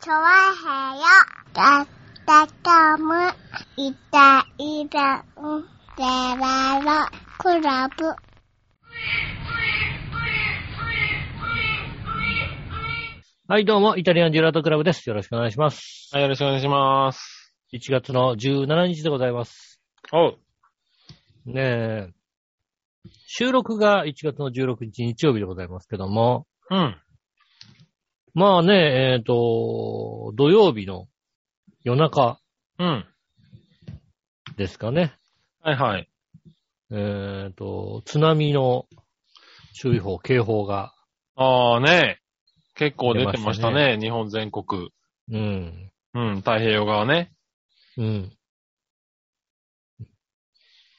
チョワヘヨだったかむいたいたんでららクラブはい、どうも、イタリアンジェラートクラブです。よろしくお願いします。はい、よろしくお願いします。 1月の17日でございます。おう。ねえ、収録が1月の16日日曜日でございますけども、うん。まあね、えっ、と、土曜日の夜中うん。ですかね、はいはい。えっ、と、津波の注意報、警報が、ああね。結構出てました出まね。日本全国。うん、うん、太平洋側ね。うん。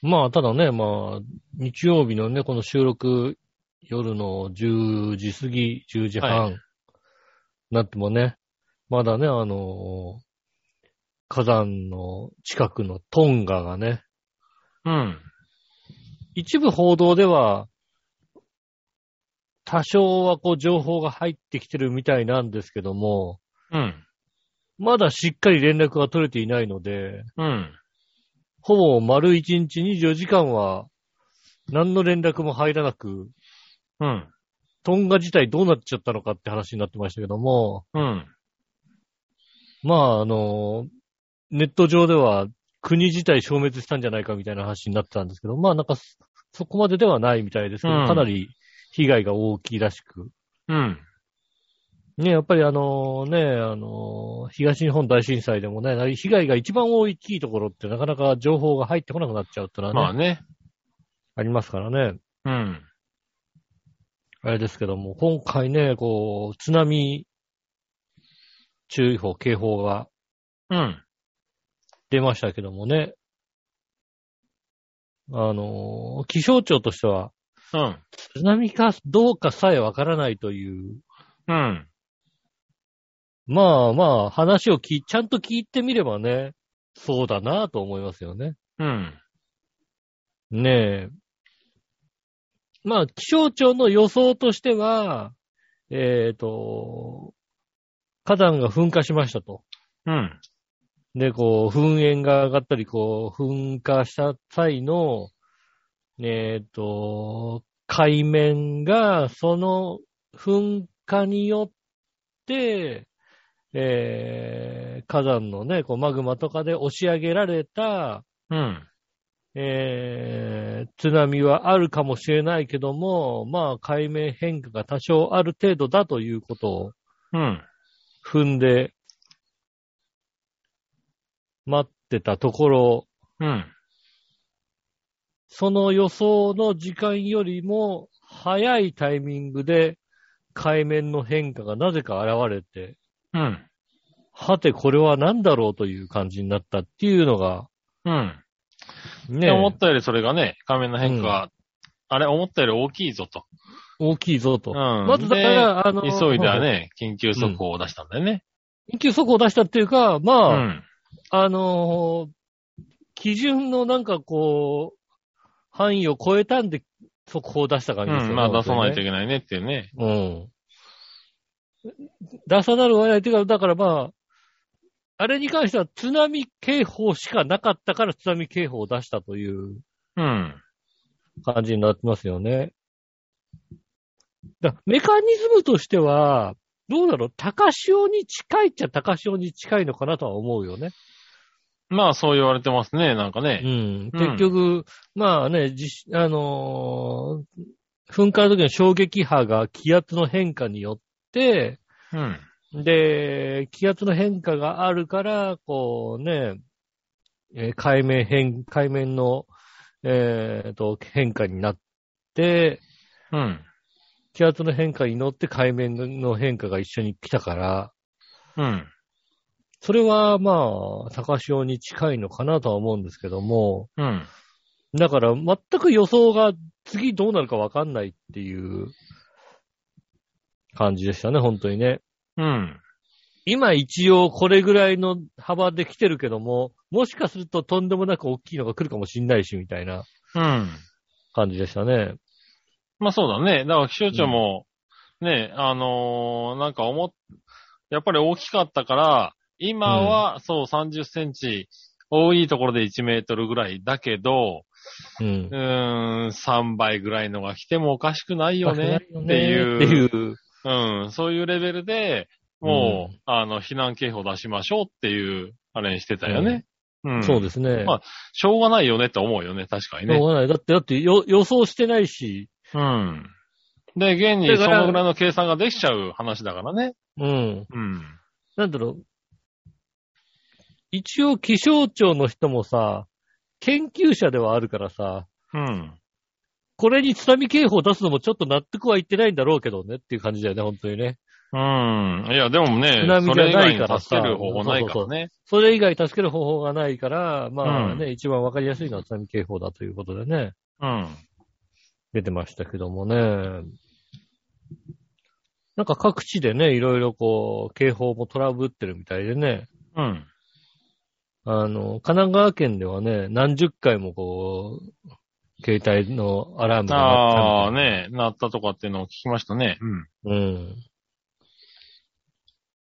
まあ、ただね、まあ、日曜日のね、この収録、夜の10時過ぎ、10時半、はなってもね、まだね、あのー火山の近くのトンガがね、うん。一部報道では、多少はこう情報が入ってきてるみたいなんですけども、うん。まだしっかり連絡が取れていないので、うん。ほぼ丸1日24時間は、何の連絡も入らなく、うん。トンガ自体どうなっちゃったのかって話になってましたけども、うん。まあ、あの、ネット上では国自体消滅したんじゃないかみたいな話になってたんですけど、まあなんかそそこまでではないみたいですけど、うんかなり被害が大きいらしく。うん。ね、やっぱりあのね、あの、東日本大震災でもね、被害が一番大きいところってなかなか情報が入ってこなくなっちゃうってのはね、まあね。ありますからね。うん。あれですけども、今回ね、こう、津波注意報、警報がうん。出ましたけどもね、あのー、気象庁としては、うん。津波かどうかさえわからないという、うん。まあまあ、話をき、ちゃんと聞いてみればね、そうだなと思いますよね。うん。ねえ。まあ、気象庁の予想としては、えっ、と、火山が噴火しましたと。うん。で、こう、噴煙が上がったり、こう、噴火した際の、えっ、と、海面が、その噴火によって、えー、火山のね、こう、マグマとかで押し上げられた、うん。えー、津波はあるかもしれないけども、まあ、海面変化が多少ある程度だということをうん。踏んで、待ってたところ、うん。その予想の時間よりも早いタイミングで海面の変化がなぜか現れて、うん。はてこれは何だろうという感じになったっていうのが、うん。ねで、、思ったよりそれがね、画面の変化が、あれ、思ったより大きいぞと。大きいぞと。うんまずだから、あの、急いだね、緊急速報を出したんだよね。緊急速報を出したっていうか、まうあ、ん。あのー基準のなんかこう、範囲を超えたんで速報を出した感じですようね。ん。まあ出さないと本いけないねっていうね。当にね。うん。出さざるを得ないというか、だからまあ、あれに関しては津波警報しかなかったから津波警報を出したといううん。感じになってますよね。だメカニズムとしては、どうだろう高潮に近いっちゃ高潮に近いのかなとは思うよね。まあ、そう言われてますね、なんかうね。ん。うん結局、まあね、地震あのー噴火の時の衝撃波が気圧の変化によって、うん。で、気圧の変化があるから、こうね、えー海面変、海面の、えーと、変化になって、うん。気圧の変化に乗って海面の変化が一緒に来たから、うん。それはまあ、高潮に近いのかなとは思うんですけども、うん。だから、全く予想が次どうなるかわかんないっていう感じでしたね、本当にね。うん。今一応これぐらいの幅で来てるけども、もしかするととんでもなく大きいのが来るかもしんないし、みたいなうん。感じでしたね。まあ、そうだね。だから、気象庁も、ね、あのーなんか思っ、やっぱり大きかったから、今はそう30センチ、多いところで1メートルぐらいだけど、うんう。ーん、3倍ぐらいのが来てもおかしくないよねってっていう、いう。うん、そういうレベルで、もうう、んあの、避難警報出しましょうっていう、あれにしてたよね。うん。そうですね。まあしょうがないよねって思うよね、確かにしょね。うがない。だって、だってよ予想してないし、うん。で、現にだそからのぐらいの計算ができちゃう話だからね。うん。うん。なんだろう。一応気象庁の人もさ、研究者ではあるからさ、うん。これに津波警報出すのもちょっと納得はいってないんだろうけどねっていう感じだよね、本当にね。うん。いや、でもね津、波そじゃれ以ない外からさに助ける方法ないからね。それ以外助ける方法がないから、まあね、う一番わかりやすいのは津波警報だということでね、うん。出てましたけどもね。なんか各地でね、いろいろこう、警報もトラブってるみたいでね、うん。あの、神奈川県ではね、何十回もこう、携帯のアラームがああ、鳴っね、なったとかっていうのを聞きましたね。うん。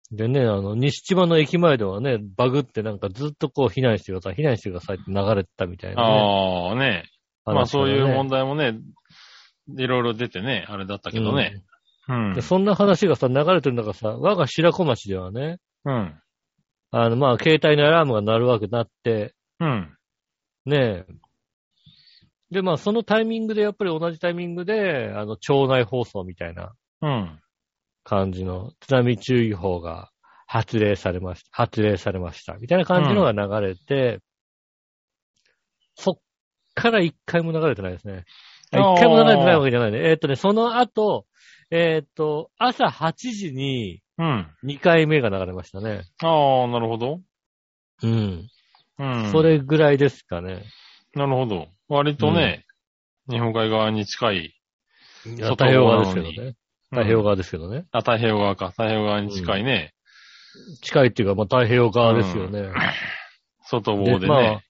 たみたいうん。でね、あの、西千葉の駅前ではね、バグってなんかずっとこう、避難してください、避難してくださいって流れてたみたいな、ね。ああ、ね。まあそういう問題もね、いろいろ出てね、あれだっだたけどね。。うん。でそんな話がさ、流れてる中さ、我が白子町ではね、うん。あの、まあ、携帯のアラームが鳴るわけになって、うん。ねえ。で、まあ、そのタイミングで、やっぱり同じタイミングで、あの、町内放送みたいなうん。感じの津波注意報が発令されました、発令されました、みたいな感じのが流れて、そっから一回も流れてないですね。ああー一回も流れてないわけじゃないね。えーっとね、その後、えーっと、朝8時にうん。 2回目が流れましたね。ああ、なるほど。うん。うん。そ。れぐらいですかね。なるほど。割とね、日本海側に近い。太平洋側ですけどね。うん太平洋側ですけどね。あ、太平洋側か。太平洋側に近いね。近いっていうか、まあ太平洋側ですよね。外房でまあね。、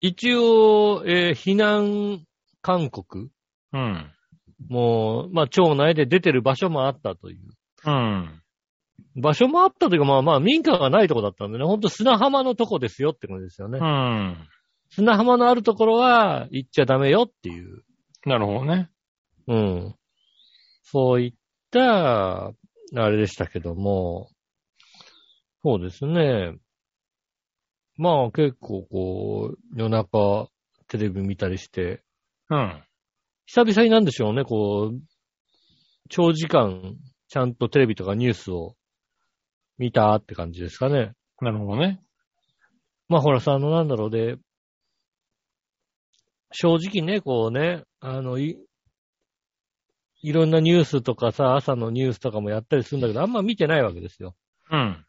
一応、えー避難勧告うん。も、まあ町内で出てる場所もあったという。うん。場所もあったというか、まあまあ民家がないとこだったんでね、ほんと砂浜のとこですよってことですよね。うん。砂浜のあるところは行っちゃダメよっていう。なるほどね。うん。そういった、あれでしたけども、そうですね。まあ結構こう、夜中テレビ見たりして、うん。久々になんでしょうね、こう、長時間ちゃんとテレビとかニュースを見たって感じですかね。なるほどね。まあほらさ、あのなんだろうで、正直ね、こうね、あの、い、いろんなニュースとかさ、朝のニュースとかもやったりするんだけど、あんま見てないわけですよ。うん。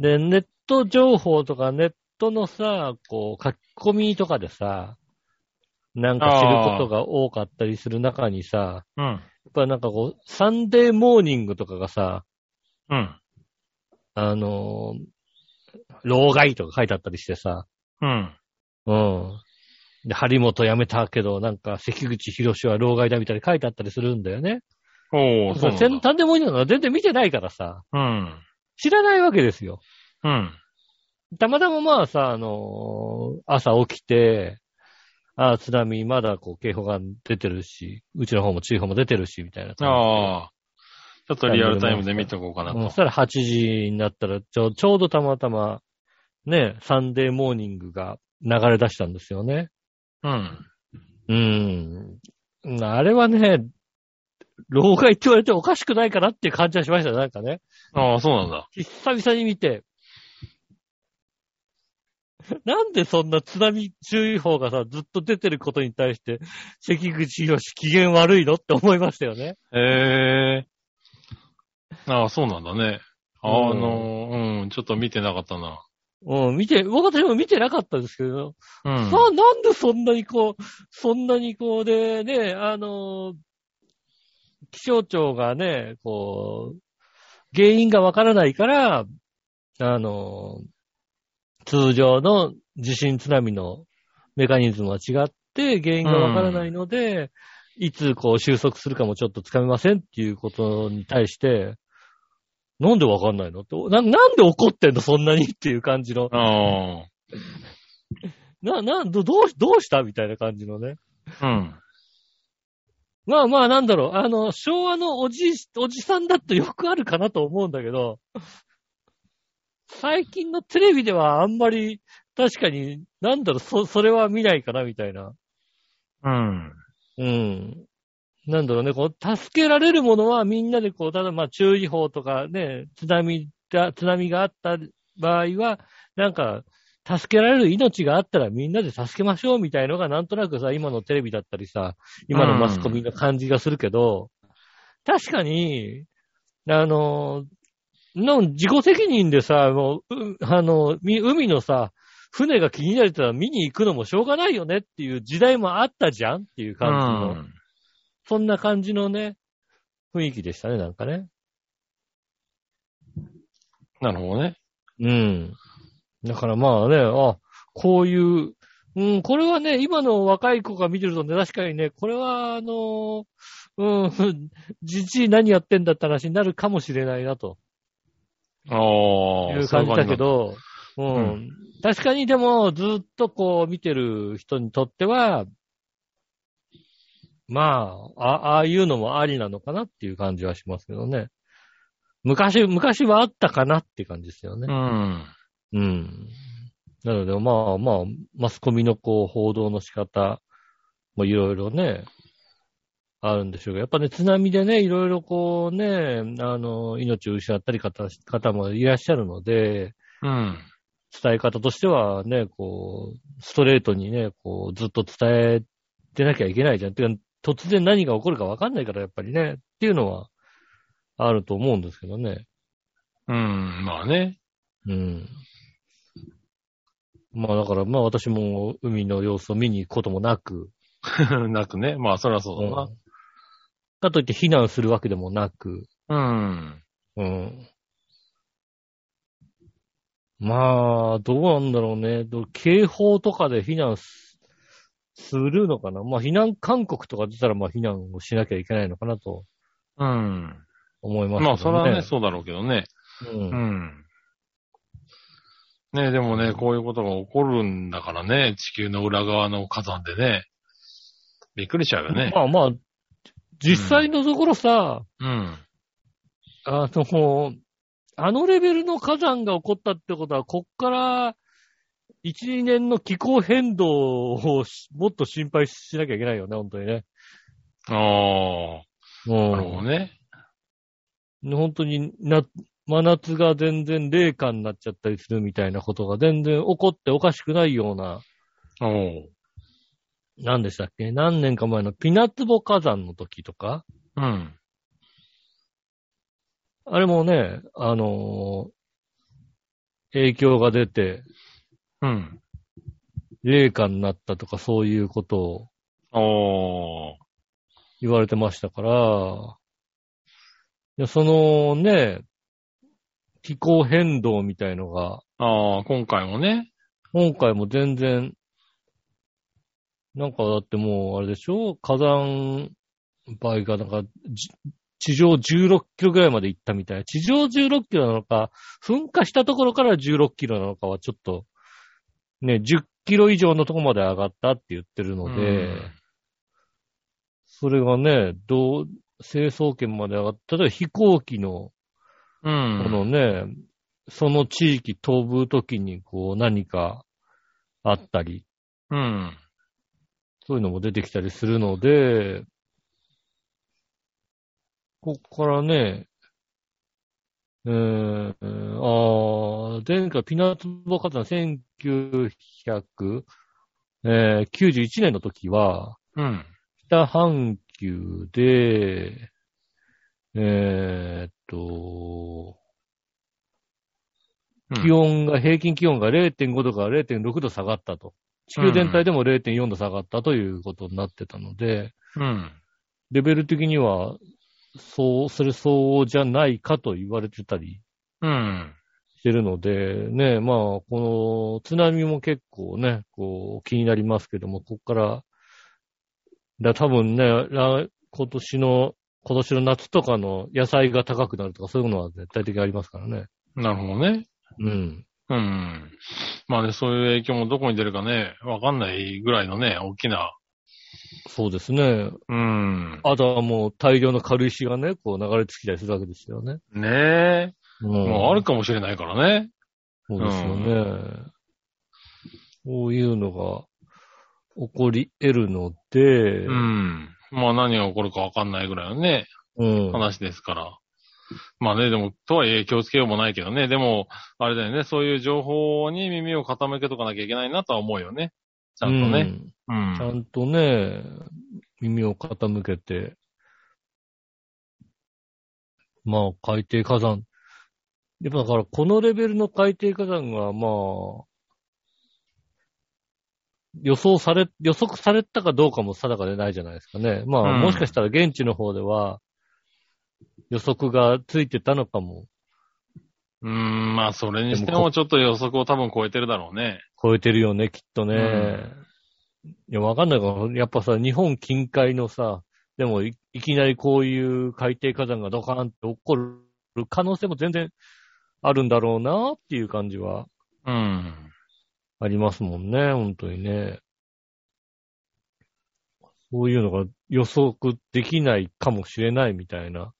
で、ネット情報とかネットのさ、こう、書き込みとかでさ、なんか知ることが多かったりする中にさ、うん。やっぱなんかこう、サンデーモーニングとかがさ、うん。あのー老害とか書いてあったりしてさ、うん。うん。で、張本辞めたけど、なんか関口博士は老害だみたいに書いてあったりするんだよね。おー、そうせなんんだ。サンデーモーニングなんか全然見てないからさ、うん。知らないわけですよ。うん。たまたままあさ、あのー朝起きて、ああ、津波、まだこう警報が出てるし、うちの方も注意報も出てるし、みたいな感じで。ああ。ちょっとリアルタイムで見とこうかなうんそとし。たら8時になったらちょ、ちょうどたまたま、ね、サンデーモーニングが流れ出したんですよね。うん。うん。あれはね、老害って言われておかしくないかなっていう感じはしましたね、なんかね。ああ、そうなんだ。久々に見て。 なんでそんな津波注意報がさ、ずっと出てることに対して、関口博士機嫌悪いのって思いましたよね。へえ。ああ、そうなんだね。あうんあのー、うん、ちょっと見てなかったな。うん、見て、僕私も見てなかったんですけど、うん。さあ、なんでそんなにこう、そんなにこうで、ね、あのー気象庁がね、こう、原因がわからないから、あのー通常の地震津波のメカニズムは違って、原因がわからないので、いつこう収束するかもちょっとつかめませんっていうことに対して、なんでわかんないのってな、なんで怒ってんのそんなにっていう感じの。うん。な、な、ど、どうし、どうしたみたいな感じのね。うん。まあまあ、なんだろう。あの、昭和のおじい、おじさんだとよくあるかなと思うんだけど、最近のテレビではあんまり、確かに、なんだろう、そ、それは見ないかな、みたいな。うん。うん。なんだろうね、こう、助けられるものはみんなでこう、ただまあ注意報とかね、津波が、津波があった場合は、なんか、助けられる命があったらみんなで助けましょうみたいのがなんとなくさ、今のテレビだったりさ、今のマスコミの感じがするけど、確かに、あの、の自己責任でさ、もう、うあの、み海のさ、船が気になれたら見に行くのもしょうがないよねっていう時代もあったじゃんっていうう感じの。ん。そんな感じのね、雰囲気でしたね、なんかね。なるほどね。うん。だからまあね、あ、こういう、うん、これはね、今の若い子が見てるとね、確かにね、これは、あのうん、 じじい何やってんだって話になるかもしれないな、とあいあ。う感じだけそういう感じなんだ。ど、うん、う確かにでも、ずっとこう見てる人にとっては、まあ、あああいうのもありなのかなっていう感じはしますけどね。昔、昔はあったかなって感じですよね。うん。うん。なので、まあまあ、マスコミのこう、報道の仕方もいろいろね、あるんでしょうけど、やっぱね、津波でね、いろいろこうね、あの、命を失ったり方、方もいらっしゃるので、うん。伝え方としてはね、こう、ストレートにね、こう、ずっと伝えてなきゃいけないじゃん。てか、突然何が起こるかわかんないから、やっぱりね、っていうのは、あると思うんですけどね。うん。まあね。 うん。まあだから、まあ私も海の様子を見に行くこともなく、なくね。まあ、そりゃそうだうんかといって避難するわけでもなく、な。ううん。ん。まあ、どうなんだろうね。ど警報とかで避難すするのかな。まあ避難勧告とか出たら、まあ避難をしなきゃいけないのかなとうん。思いますけどね。まあ、それはね、そうだろうけどね。う。うんん。ねえ、でもね、こういうことが起こるんだからね、地球の裏側の火山でね。びっくりしちゃうよね。まあまあ、実際のところさ、うん。あの、あのレベルの火山が起こったってことは、こっから、1、2年の気候変動をしもっと心配しなきゃいけないよね、本当にね。ああ、なるほどもね。う、本当にな、真夏が全然冷夏になっちゃったりするみたいなことが全然起こっておかしくないような、お何でしたっけ何年か前のピナツボ火山の時とか、ううん。あれもね、あのー影響が出て、うん。冷夏になったとかそういうことを、おー。言われてましたから、いやそのね、気候変動みたいのが、ああ、今回もね。今回も全然、なんかだってもうあれでしょ火山灰がなんか、じ地上16キロぐらいまで行ったみたい。地上16キロなのか、噴火したところから16キロなのかはちょっと、ね、10キロ以上のところまで上がったって言ってるので、うんそれがね、どう、成層圏まで上がった。例えば飛行機の、うこん。のね、その地域飛ぶときにこう何かあったり、うん。そういうのも出てきたりするので、ここからね、えー、あー前回ピナッツボ火山1991年の時は、うん。北半球で、えーっと、気温が、平均気温が0.5度から0.6度下がったと。地球全体でも0.4度下がったということになってたので、うん。レベル的には、そう、それ相応じゃないかと言われてたりうん。してるので、ね、まあ、この津波も結構ね、こう気になりますけども、ここから、だ多分ね、来今年の今年の夏とかの野菜が高くなるとか、そういうのは絶対的にありますからね。なるほどね。うん。うん。まあね、そういう影響もどこに出るかね、わかんないぐらいのね、大きな。そうですね。うん。あとはもう大量の軽石がね、こう流れてきたりするわけですよね。ねうんえ。もうあるかもしれないからね。そうですよね。こういうのが起こり得るので、うん。まあ何が起こるかわかんないぐらいのね、うん話ですから。まあね、でも、とはいえ気をつけようもないけどね。でも、あれだよね、そういう情報に耳を傾けとかなきゃいけないなとは思うよね。ちゃんとね。うんうちゃん。んとね、耳を傾けて、まあ、海底火山。やっぱだから、このレベルの海底火山が、まあ、予想され、予測されたかどうかも定かでないじゃないですかね。まあ、うんもしかしたら現地の方では、予測がついてたのかも、うん、まあそれにしてもちょっと予測を多分超えてるだろうね。超えてるよね、きっとね。うんいや、わかんないから、やっぱさ、日本近海のさ、でもい、いきなりこういう海底火山がドカーンって起こる可能性も全然あるんだろうなっていう感じはうん。ありますもんね、本当にね。そういうのが予測できないかもしれないみたいな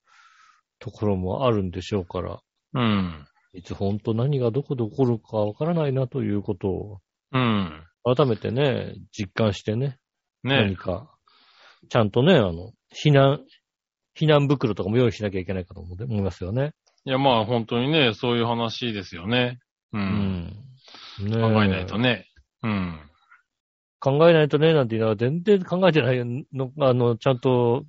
ところもあるんでしょうから、うん。いつ本当何がどこで起こるかわからないなということを、うん。改めてね、実感してね、何ねか、ちゃんとね、あの、避難、避難袋とかも用意しなきゃいけないかと思う思いますよね。いや、まあ本当にね、そういう話ですよね。う。。うんね考えないと。ね。うん。考えないとね、なんて言いながら全然考えてないの、あの、ちゃんと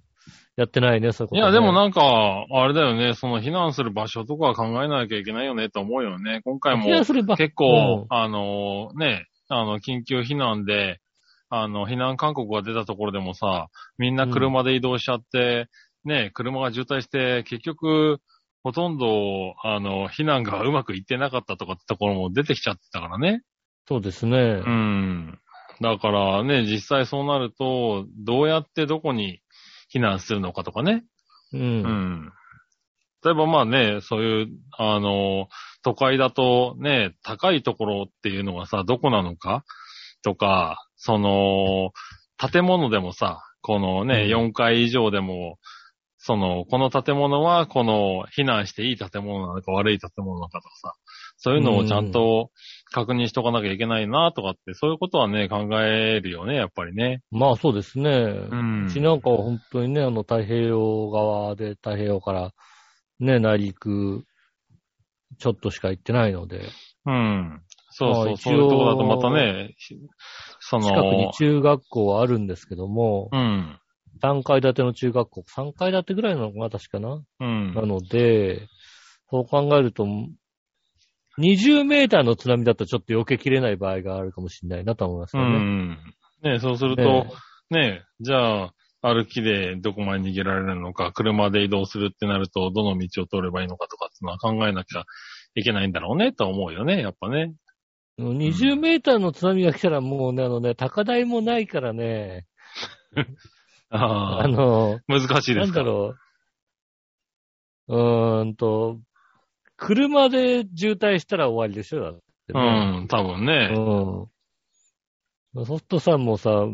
やってないね、そういうこいとね、や、でもなんか、あれだよね、その避難する場所とかは考えなきゃいけないよねと思うよね。今回もいや、それば結構、うんあのね、あの、緊急避難で、あの、避難勧告が出たところでもさ、みんな車で移動しちゃって、ね、車が渋滞して、結局、ほとんど、あの、避難がうまくいってなかったとかってところも出てきちゃってたからね。そうですね。うん。だからね、実際そうなると、どうやってどこに避難するのかとかね。うん。うん。例えばまあね、そういう、あの、都会だとね、高いところっていうのがさ、どこなのかとか、その、建物でもさ、このね、うん4階以上でも、その、この建物は、この、避難していい建物なのか悪い建物なのかとかさ、そういうのをちゃんと確認しとかなきゃいけないなとかって、そういうことはね、考えるよね、やっぱりね。まあ、そうですね。う。うんちなんかは本当にね、あの、太平洋側で、太平洋から、ね、内陸、ちょっとしか行ってないので、うん。そうまそあう、一応そういうとこだとまたね、しそ近くのに、中学校はあるんですけども、うん。 3階建ての中学校、3階建てぐらいなのかな、確かな。うん。なので、そう考えると、20メーターの津波だとちょっと避けきれない場合があるかもしれないなと思いますうよね。ん。ねそうするねと、ねじゃあ、歩きでどこまで逃げられるのか、車で移動するってなると、どの道を通ればいいのかとかっていうのは考えなきゃいけないんだろうね、とは思うよね、やっぱね。 20メーターの津波が来たらもうね、あのね、高台もないからね、あああ、の、難しいでなすんかだろう。うーんと、車で渋滞したら終わりでしょだってねうん、多分ね。うん。そうするとさ、もうさ、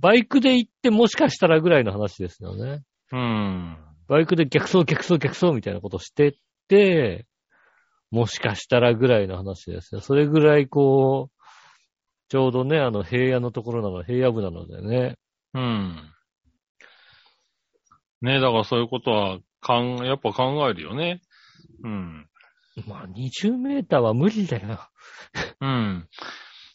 バイクで行ってもしかしたらぐらいの話ですよね。うん。バイクで逆走逆走逆走みたいなことしてって、もしかしたらぐらいの話ですよ。それぐらいこう、ちょうどね、あの平野のところなの、平野部なのでね。うん。ねだからそういうことは、かん、やっぱ考えるよね。うん。まあ20メーターは無理だよ。うん。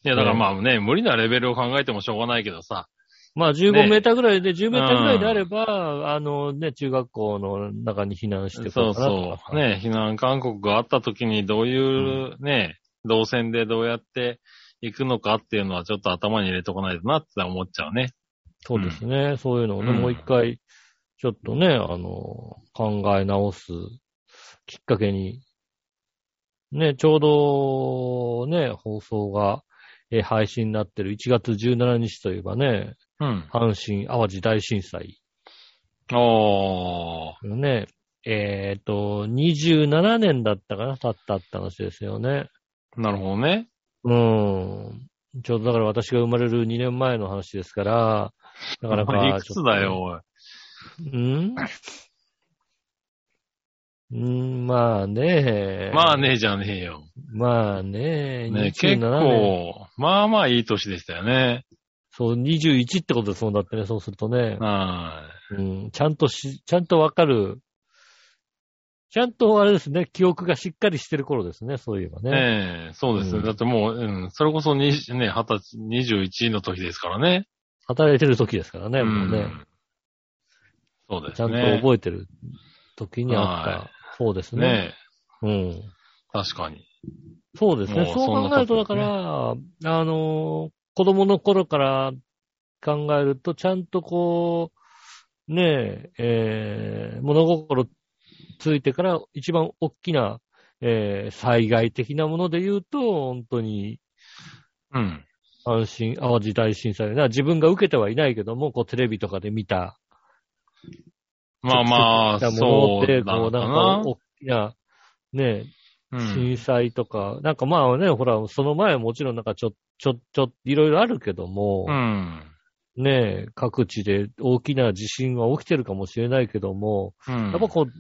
いや、だからまあね、無理なレベルを考えてもしょうがないけどさ。まあね15えメーターぐらいで、10メーターぐらいであれば、あのね、中学校の中に避難してこそようかなとかそう。ね、避難勧告があった時にどういうね、動線でどうやって行くのかっていうのはちょっと頭に入れとかないとなって思っちゃうね。そうですね。そういうのをね、うんもう一回、ちょっとね、あの、考え直すきっかけに、ね、ちょうど、ね、放送が、えー配信になってる1月17日といえばね、うん。阪神淡路大震災おー。よね。えっ、と、27年だったかな、経ったって話ですよね。なるほどね。うん。ちょうどだから私が生まれる2年前の話ですから、なかなお前か。いくつだよ、。おい。うんうん、まあね。まあ。ねえじゃねえよ。まあね。27ね結年。構、まあまあいい年でしたよね。そう、21ってことですもんだってね、そうするとね。はうん、ちゃんとし、ちゃんとわかる。ちゃんとあれですね、記憶がしっかりしてる頃ですね、そういえばい。ね。ねえ、そうですね。うんだってもう、うん、それこそに、ね、二十歳、21の時ですからね。働いてる時ですからね、うもうね。ん。そうでちすゃんとね。覚えてる時にあった。はそうですね。ねうん。え、確かに。そうですね。そうもそんうな考えると、だこかとですねら、あのー、子供の頃から考えると、ちゃんとこう、ねえ、えー物心ついてから一番大きな、えー災害的なもので言うと、本当にうん。安心、淡路大震災な、自分が受けてはいないけども、こうテレビとかで見た、まあまあ、直接見たもそのうで、なこのうなかんなか。大きな、ねえ、うん震災とか、なんかまあね、ほら、その前はもちろんなんかちょ、ちょ、ちょ、いろいろあるけどもう、ん。ねえ、各地で大きな地震は起きてるかもしれないけども、うん。やっぱこう、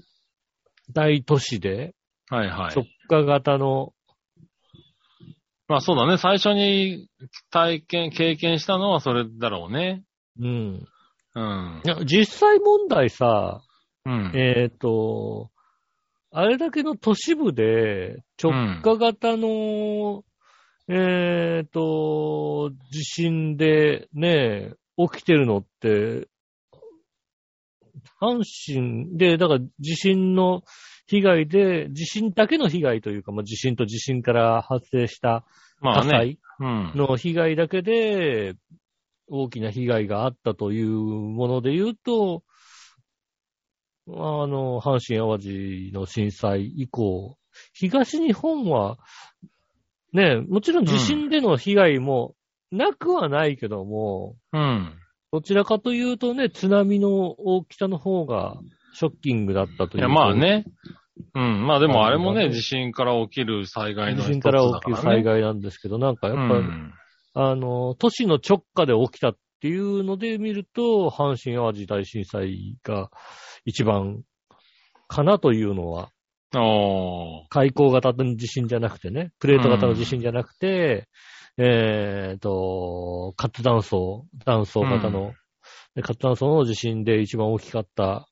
大都市で、はいはい。直下型の、まあそうだね。最初に体験、経験したのはそれだろうね。うん。うんい。や実際問題さ、うん。えっ、と、あれだけの都市部で直下型の、えっ、と、地震でね、起きてるのって、阪神で、だから地震の被害で、地震だけの被害というか、まあ、地震と地震から発生したま火あね。災うん。の被害だけで、大きな被害があったというもので言うと、あの、阪神淡路の震災以降、東日本は、ね、もちろん地震での被害もなくはないけども、うん。どちらかというとね、津波の大きさの方がショッキングだったという。いや、まあ。ね。うん。まあでもあれもあね、の地震から起きる災害の地一震つかだからら、ね。起きる災害なんですけど、なんかやっぱ、うん。あの、都市の直下で起きたっていうので見ると、阪神淡路大震災が一番かなというのは、おー。開口型の地震じゃなくてね、プレート型の地震じゃなくて、えっ、と、活断層、断層型の、で活断層の地震で一番大きかった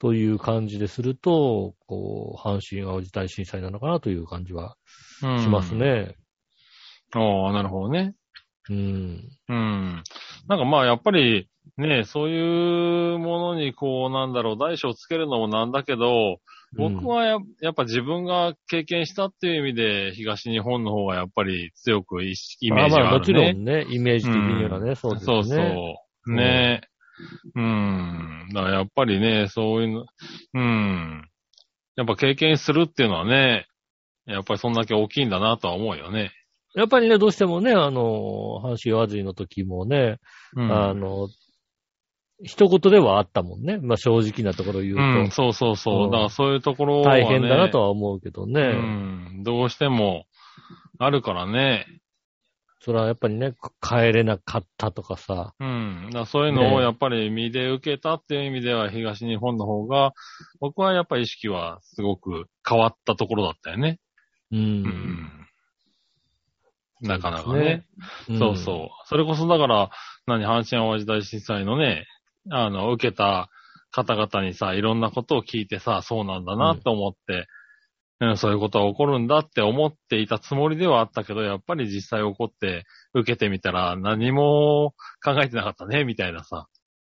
という感じですると、こう、阪神淡路大震災なのかなという感じはうんします。ね。おー、なるほどね。うん。うん。なんかまあやっぱり、ね、そういうものにこう、なんだろう、大小つけるのもなんだけど、僕はややっぱ自分が経験したっていう意味で、東日本の方がやっぱり強く意識イメージまがあまああもちるろね。んね、イメージ的にはね、そうですそね。うそう。ねうん。だからやっぱりね、そういうの、うん。やっぱ経験するっていうのはね、やっぱりそんだけ大きいんだなとは思うよね。やっぱりね、どうしてもね、あの、阪神淡路の時もね、うん。あの、一言ではあったもんね。まあ正直なところ言ううん、と、そうそうそう。うんだからそういうところは、ね、大変だなとは思うけどね。うん、どうしても、あるからね。それはやっぱりね、帰れなかったとかさ。うん。だからそういうのねをやっぱり身で受けたっていう意味では、東日本の方が、僕はやっぱり意識はすごく変わったところだったよね。うん。うん。なかなかね。んそうそう。それこそだから、何、阪神淡路大震災のね、あの、受けた方々にさ、いろんなことを聞いてさ、そうなんだなと思って、うん、そういうことは起こるんだって思っていたつもりではあったけど、やっぱり実際起こって受けてみたら何も考えてなかったね、みたいなさ。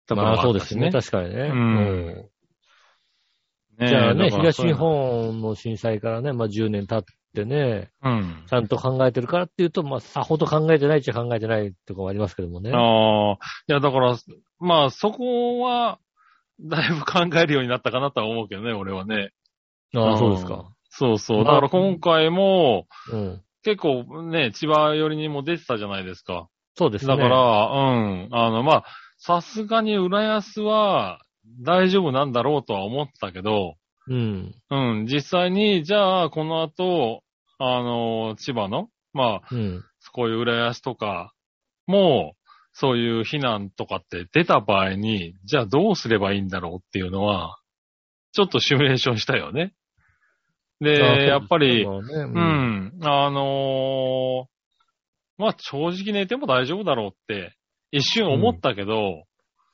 ところまもあそうっでたすしね。確かにね。うんうんねじゃあね、だから東そうい日うの本の震災からね、まあ10年経ってね、うん。ちゃんと考えてるからっていうと、まあ、さほど考えてないっちゃ考えてないとかもありますけどもね。ああ、いや、だから、まあ、そこは、だいぶ考えるようになったかなとは思うけどね、俺はね。あうあ、んそうですか。そうそう。だまかあら今回も、うん。結構ね、千葉寄りにも出てたじゃないですか。そうですね。だから、うん。あの、まあ、さすがに浦安は、大丈夫なんだろうとは思ってたけど、うん。うん、実際に、じゃあ、この後、あの、千葉の、まあ、うん。こういう浦安とか、もう、そういう避難とかって出た場合に、じゃあどうすればいいんだろうっていうのは、ちょっとシミュレーションしたよね。で、あそうですやっぱり、そうだねう。うんん、あのーまあ、正直寝ても大丈夫だろうって、一瞬思ったけど、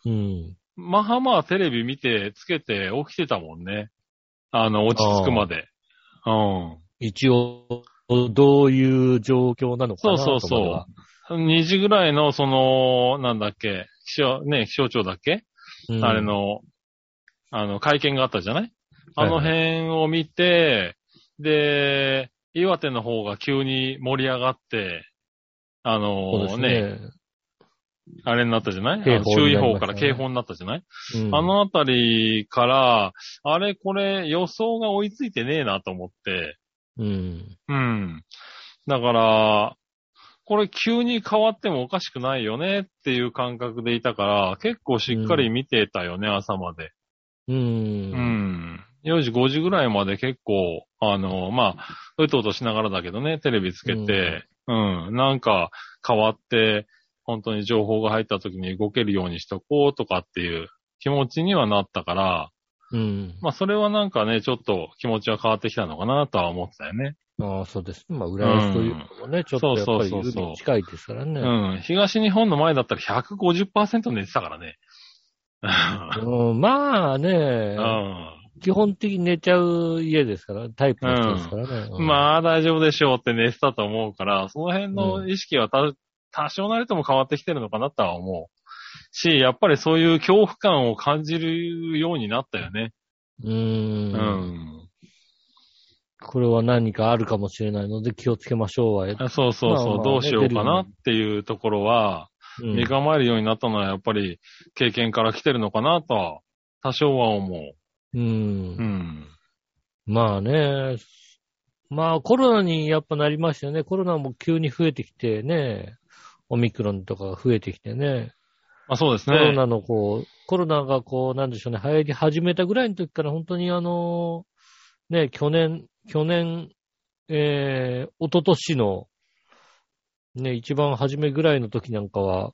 うん。まあまあテレビ見て、つけて起きてたもんね。あの、落ち着くまで。うん。一応、どういう状況なのかなとそうそうそうまでは2時ぐらいの、その、なんだっけ、気象、ね、気象庁だっけ、うんあれの、あの、会見があったじゃないあはいのはい辺を見て、で、岩手の方が急に盛り上がって、そあうでのすね、ね。あれになったじゃない警あの報注に意なりましたね報から警報になったじゃない、うんあ、のあたりから、あれこれ予想が追いついてねえなと思って、うん。うん。だから、これ急に変わってもおかしくないよねっていう感覚でいたから、結構しっかり見てたよね、朝まで。う。うんん。4時、5時ぐらいまで結構、あの、まあ、うとうとしながらだけどね、テレビつけて、うん、なんか変わって、本当に情報が入った時に動けるようにしとこうとかっていう気持ちにはなったから、うん。まあそれはなんかね、ちょっと気持ちは変わってきたのかなとは思ってたよね。ああ、そうですね。まあ、浦安というのもね、ちょっとやっぱりそうそうそうそう海に近いですからね。うん。東日本の前だったら150%寝てたからね。うんまあね、 う基本的に寝ちゃう家ですから、タイプの人ですからね。ん。あ、まあ、大丈夫でしょうって寝てたと思うから、その辺の意識はた、多少なりとも変わってきてるのかなとは思う。し、やっぱりそういう恐怖感を感じるようになったよね。う。うんん。これは何かあるかもしれないので気をつけましょうは。あそうそうまあそう、まあどうしようかなっていうところは、うん身構えるようになったのはやっぱり経験から来てるのかなとは、多少は思う。う。うんん。まあね、まあコロナにやっぱなりましたよね。コロナも急に増えてきてね、オミクロンとかが増えてきてね。まあそうですコね。ロナのこう、コロナがこう、なんでしょうね、流行り始めたぐらいの時から本当にあの、ね、去年、去年、えー、一昨年の、ね、一番初めぐらいの時なんかは、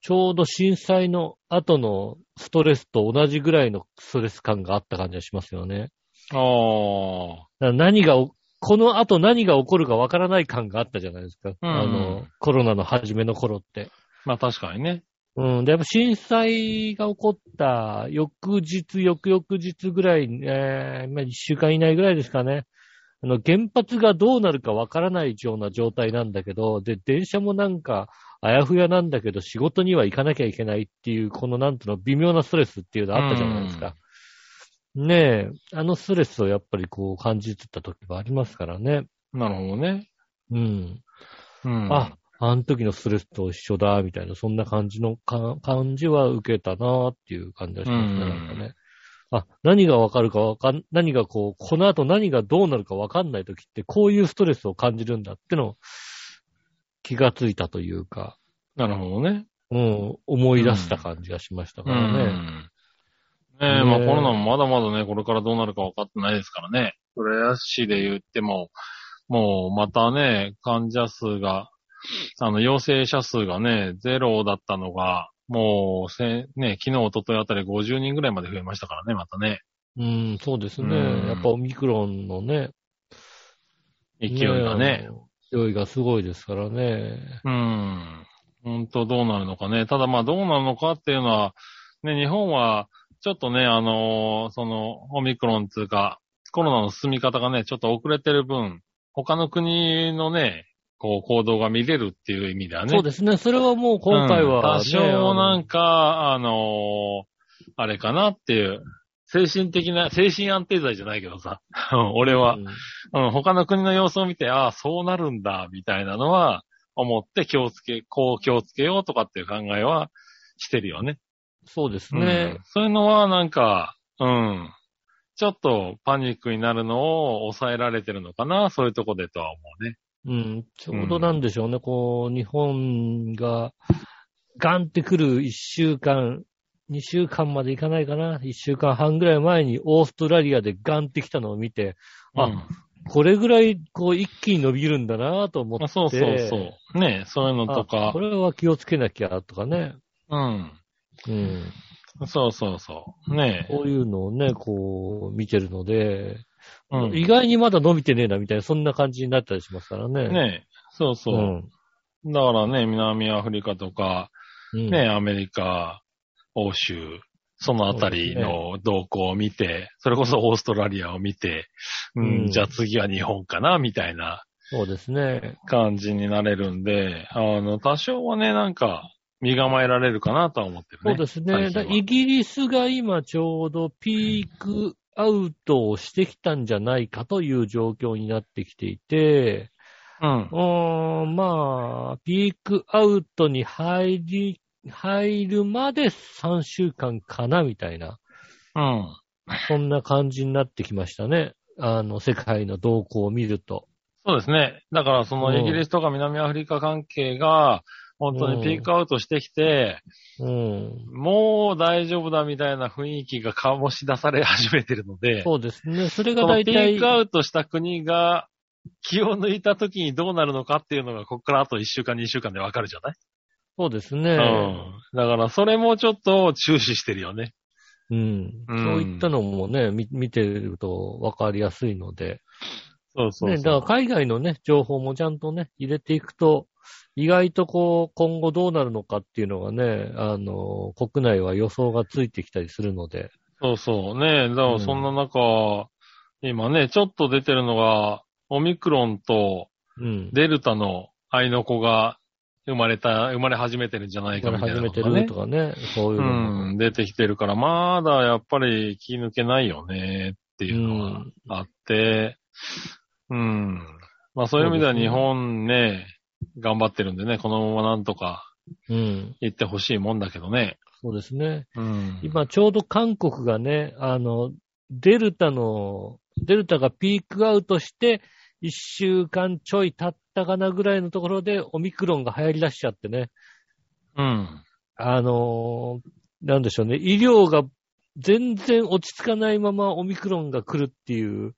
ちょうど震災の後のストレスと同じぐらいのストレス感があった感じがしますよね。ああ。だから何がお、この後何が起こるかわからない感があったじゃないですか。あの、コロナの初めの頃って。まあ確かにね。うん。で、やっぱ震災が起こった翌日、翌々日ぐらい、えー、まあ一週間以内ぐらいですかね。あの、原発がどうなるかわからないような状態なんだけど、で、電車もなんか、あやふやなんだけど、仕事には行かなきゃいけないっていう、このなんとの微妙なストレスっていうのあったじゃないですか。ねえ、あのストレスをやっぱりこう感じてた時はありますからね。なるほどね。うん。うん。あ、あの時のストレスと一緒だ、みたいな、そんな感じのか感じは受けたなっていう感じがしますね、うんなんかね。あ、何がわかるかわかん、何がこう、この後何がどうなるかわかんない時って、こういうストレスを感じるんだってのを気がついたというか、なるほどね。うん、思い出した感じがしましたうからね。ん。ねえ、まあねえコロナもまだまだね、これからどうなるか分かってないですからね。浦安市で言っても、もうまたね、患者数が、あの、陽性者数がね、ゼロだったのが、もう、せね、昨日、一昨日あたり50人ぐらいまで増えましたからね、またね。うん、そうですね。うんやっぱオミクロンのね、勢いがね。あの。勢いがすごいですからね。うん。本当どうなるのかね。ただまあどうなるのかっていうのは、ね、日本は、ちょっとね、あのーその、オミクロンつうか、コロナの進み方がね、ちょっと遅れてる分、他の国のね、こう、行動が見れるっていう意味ではね。。そうですすね。それはもう今回は、ね多少なあのんか、あのーあれかなっていう、精神的な、精神安定剤じゃないけどさ、 うん俺は、うんうん、他の国の様子を見て、ああ、そうなるんだ、みたいなのは、思って気をつけ、こう気をつけようとかっていう考えはしてるよね。そうですうんね。そういうのはなんか、うん。ちょっとパニックになるのを抑えられてるのかな、そういうとこでとは思うね。うん。ちょうどなんでしょうね。こう、日本が、ガンってくる一週間2週間までいかないかな。1週間半ぐらい前にオーストラリアでガンってきたのを見て、あうんこれぐらい、こう、一気に伸びるんだなと思って。まあ、そうそうそう。ねそういうのとあかこ。れは気をつけなきゃとかね。うん。うん。そうそうそう。ねこういうのをね、こう、見てるので、うん。意外にまだ伸びてねえな、みたいな、そんな感じになったりしますからね。ねそうそう。だからね、南アフリカとか、うん。うんね、アメリカ、欧州、そのあたりの動向を見て、それこそオーストラリアを見て、うん、うんじゃあ次は日本かな、みたいなそうですね。感じになれるんで、あの、多少はね、なんか、身構えられるかなとは思ってるね。そうですね。最だ近はイギリスが今ちょうどピークアウトをしてきたんじゃないかという状況になってきていて、うう。んーん、まあ、ピークアウトに入り、入るまで3週間かな、みたいな。うん。そんな感じになってきましたね。あの、世界の動向を見ると。そうですね。だからそのイギリスとか南アフリカ関係が、本当にピークアウトしてきて、うん。もう大丈夫だみたいな雰囲気が醸し出され始めてるので、そうですね。それがその大ピー体ク、アウトした国が気を抜いた時にどうなるのかっていうのが、ここからあと1週間、2週間でわかるじゃない、そうですね。うん。だからそれもちょっと注視してるよね。うん。うんそういったのもね、み見てると分かりやすいので。そうそうそう。ね、だから海外のね、情報もちゃんとね、入れていくと、意外とこう、今後どうなるのかっていうのがね、あの、国内は予想がついてきたりするので。そうそう。ねだからそんな中、今ね、ちょっと出てるのが、オミクロンと、うん。デルタの愛の子が生まれた、生まれ始めてるんじゃないかみたいな始のめてがるね。とかね、そういううのも。ん、出てきてるから、まだやっぱり気抜けないよねっていうのがあって、うん。まあそういう意味ではそうで日すね本ね、頑張ってるんでね、このままなんとかうん。行ってほしいもんだけどね。そうですね。うん。今ちょうど韓国がね、あの、デルタの、デルタがピークアウトして、一週間ちょい経ったかなぐらいのところで、オミクロンが流行り出しちゃってね、うん。あのーなんでしょうね、医療が全然落ち着かないままオミクロンが来るっていう、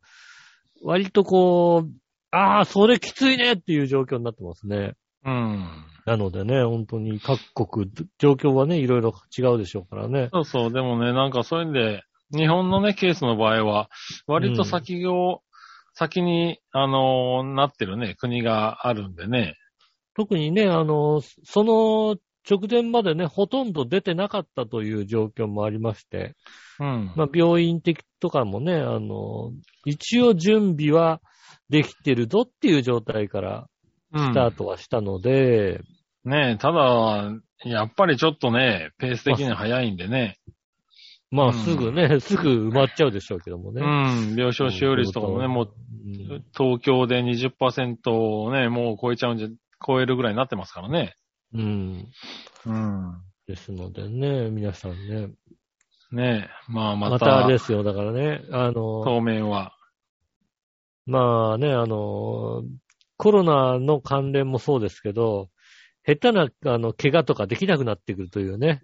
割とこう、ああ、それきついねっていう状況になってますね。うん。なのでね、本当に各国、状況はね、いろいろ違うでしょうからね。そうそう、でもね、なんかそういうんで、日本のね、ケースの場合は、割と先を、先に、あのーなってるね、国があるんでね。特にね、あの、その直前までね、ほとんど出てなかったという状況もありまして、うん。まあ、病院的とかもね、あの、一応準備はできてるぞっていう状態からうんスタートはしたので、ねただ、やっぱりちょっとね、ペース的に早いんでね。まうあんすぐね、 すぐ埋まっちゃうでしょうけどもうね。ん。病床使用率とかもね、もう、うん東京で20%をね、もう超えちゃうんじゃ、超えるぐらいになってますからね。うん。うん。ですのでね、皆さんね。ねまあままた、たあれですよ、だからね、あの、当面は。まあね、あの、コロナの関連もそうですけど、下手な、あの、怪我とかできなくなってくるというね。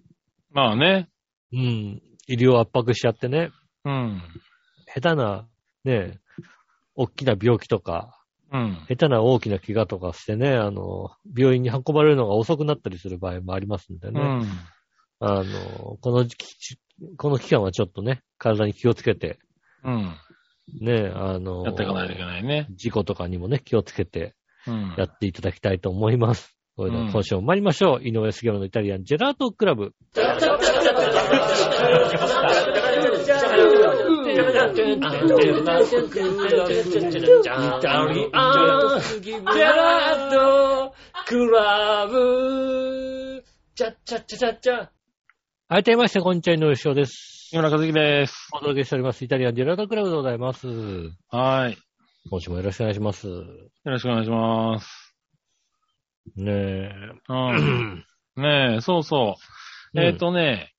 まあね、うん。医療圧迫しちゃってね。うん。下手な、ね、大きな病気とか、うん。下手な大きな怪我とかしてね、あの、病院に運ばれるのが遅くなったりする場合もありますんでうね。ん。あの、この時期、この期間はちょっとね、体に気をつけて、うん。ね、あの、やっていかないといけないね。事故とかにもね、気をつけて、うん。やっていただきたいと思います。それでうはん今週も参りましょう。井上杉原のイタリアンジェラートクラブ。はい、改めまして、こんにちは、井上翔です。木村和樹です。お届けしております。イタリアンジェラートクラブでございます。はい。よ今週もよろしくお願いします。ろしくお願いします。ねえ。 うん。ねえ、そうそう。えっ、うんとね、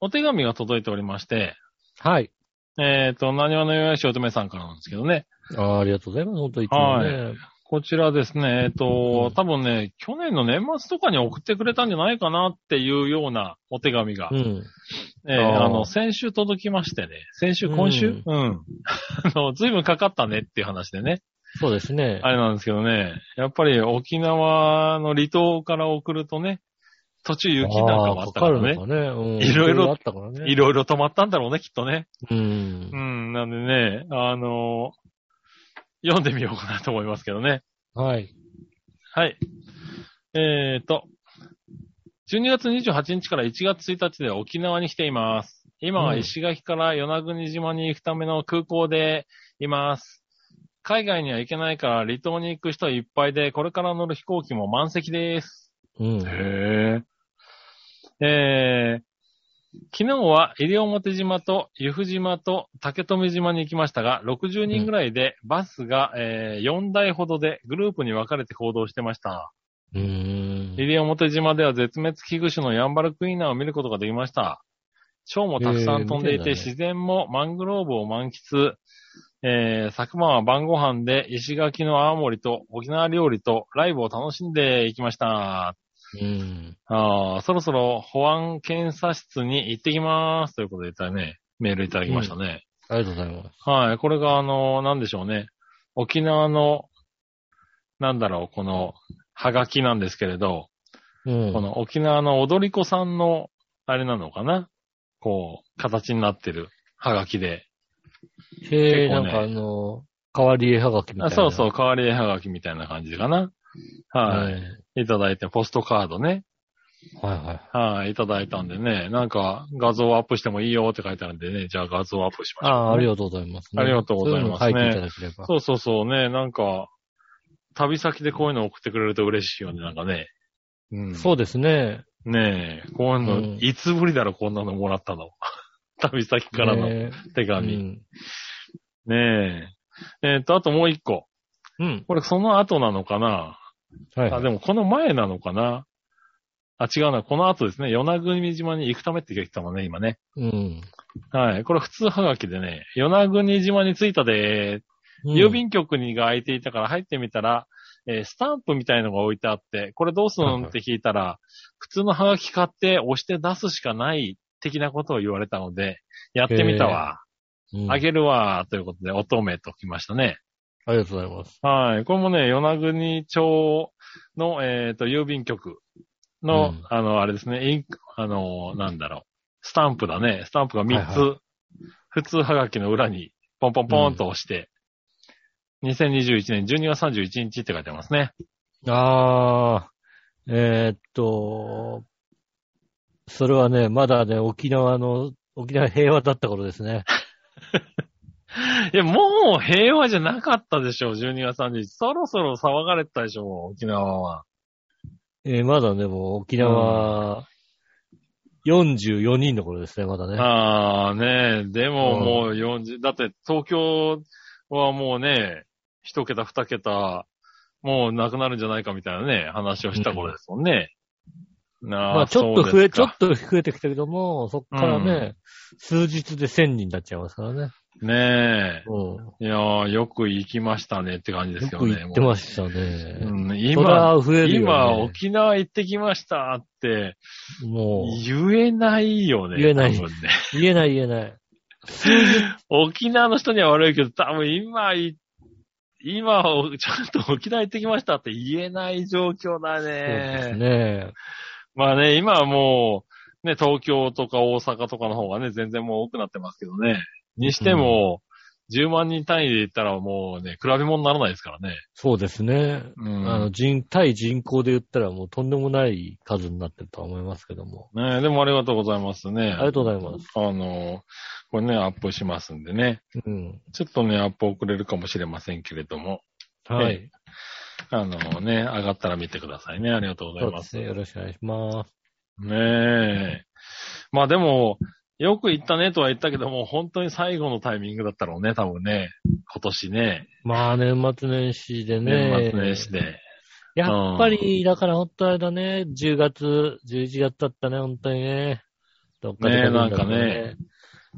お手紙が届いておりまして、はい。えっ、と、何話のよやしおとめさんからなんですけどね。あーありがとうございます。本当いつもね。ここちらですね、えっと、多分ね、去年の年末とかに送ってくれたんじゃないかなっていうようなお手紙が、うん。えーあーあの、先週届きましてね、先週、今週、うん、 あの、ずいぶんかかったねっていう話でね、そうですね。あれなんですけどね、やっぱり沖縄の離島から送るとね、途中雪なんかもああっーたかかからるねの、かね。うん。いろいろあったからね。いろいろ止まったんだろうね、きっとね。うんう。ん、なんでね、あの読んでみようかなと思いますけどね。はい。はい。えーと、12月28日から1月1日で沖縄に来ています。今は石垣から与那国島に行くための空港でいます。海外には行けないから離島に行く人いっぱいで、これから乗る飛行機も満席です。うん。へえ。えー、昨日は西表島と由布島と竹富島に行きましたが、60人ぐらいでバスが、えー4台ほどでグループに分かれて行動してました。うん。西表島では絶滅危惧種のヤンバルクイナを見ることができました。蝶もたくさん飛んでいて、えー見てんだね自然もマングローブを満喫。えー、昨晩は晩ご飯で石垣の青森と沖縄料理とライブを楽しんでいきました。うん。ああ、そろそろ保安検査室に行ってきます。ということで、いただいたね、メールいただきましたね。ありがとうございます。はい。これが、あの、なんでしょうね。沖縄の、なんだろう、この、はがきなんですけれど、うん。この沖縄の踊り子さんの、あれなのかなこう、形になってるはがきで。へ結構ねえ、なんかあの、変わり絵はがきみたいな。あそうそう、変わり絵はがきみたいな感じかな。うはい。はい。いただいて、ポストカードね。はいはい。はい、いただいたんでね、なんか画像をアップしてもいいよって書いてあるんでね、じゃあ画像をアップしましょあう、あ、ありがとうございますね、ありがとうございますそういねうの書いていただければ。そうそうそうね、なんか、旅先でこういうの送ってくれると嬉しいよね、なんかね。うん。そうですね。う。ねえ、こういうの、うんいつぶりだろ、こんなのもらったの。 旅先からのね手う紙。ん。ねえ。えっ、と、あともう一個。うん。これその後なのかなはいはあ、い。でもこの前なのかなあ、違うな、この後ですね。与那国島に行くためって言ってたもんね、今ね。うん。はい。これ普通はがきでね、与那国島に着いたでーうん郵便局にが空いていたから入ってみたら、えースタンプみたいのが置いてあって、これどうするのって聞いたら、普通のハガキ買って押して出すしかない的なことを言われたので、やってみたわ。うんあげるわ。ということで、乙女ときましたね。ありがとうございます。はい。これもね、与那国町の、えっ、と、郵便局うの、んあの、あれですね、インク、あの、なんだろう、スタンプだね。スタンプが3つ、はい普通はがきの裏に、ポンポンポンと押して、2021年12月31日って書いてますね。ああ、えーっと、それはね、まだね、沖縄の、沖縄平和だった頃ですね。いや、もう平和じゃなかったでしょ、12月31日。そろそろ騒がれてたでしょ、沖縄は。えーまだね、もう沖縄、44人の頃ですね、まだね。ああ、ねえ、でもうんもう40、だって東京はもうね、一桁二桁、もうなくなるんじゃないかみたいなね、話をした頃ですもんね。なあまあちょっと増え、ちょっと。と増えてきたけども、そっからね、数日で1000人になっちゃいますからね。ねうん。え。いやーよく行きましたねって感じですよけどくね。言ってましたね。もううん、それ今、は増えるよ、ね。今、沖縄行ってきましたって、もう、言えないよね。言えない多分ね言えない言えない。数日、沖縄の人には悪いけど、多分今い、今、ちゃんと沖縄行ってきましたって言えない状況だそうですね。ね。まあね、今はもう、ね、東京とか大阪とかの方がね、全然もう多くなってますけどね。にしても、10万人単位で言ったらもうね、比べ物にならないですからね。そうですね。うあの、ん。人、対人口で言ったらもうとんでもない数になってるとは思いますけども。ねでもありがとうございますね。ありがとうございます。あの、これね、アップしますんでね。うん。ちょっとね、アップ遅れるかもしれませんけれども。はえい。あのね、上がったら見てくださいね。ありがとうござそいうまですす。ね。よろしくお願いします。ねえ。まあでも、よく言ったねとは言ったけども、本当に最後のタイミングだったろうね、多分ね。今年ね。まあ、年末年始でね。年末年始で。やっぱり、だから本当あれだね、10月、11月だったね、本当にね。どっかでねえ出るだろうなん。い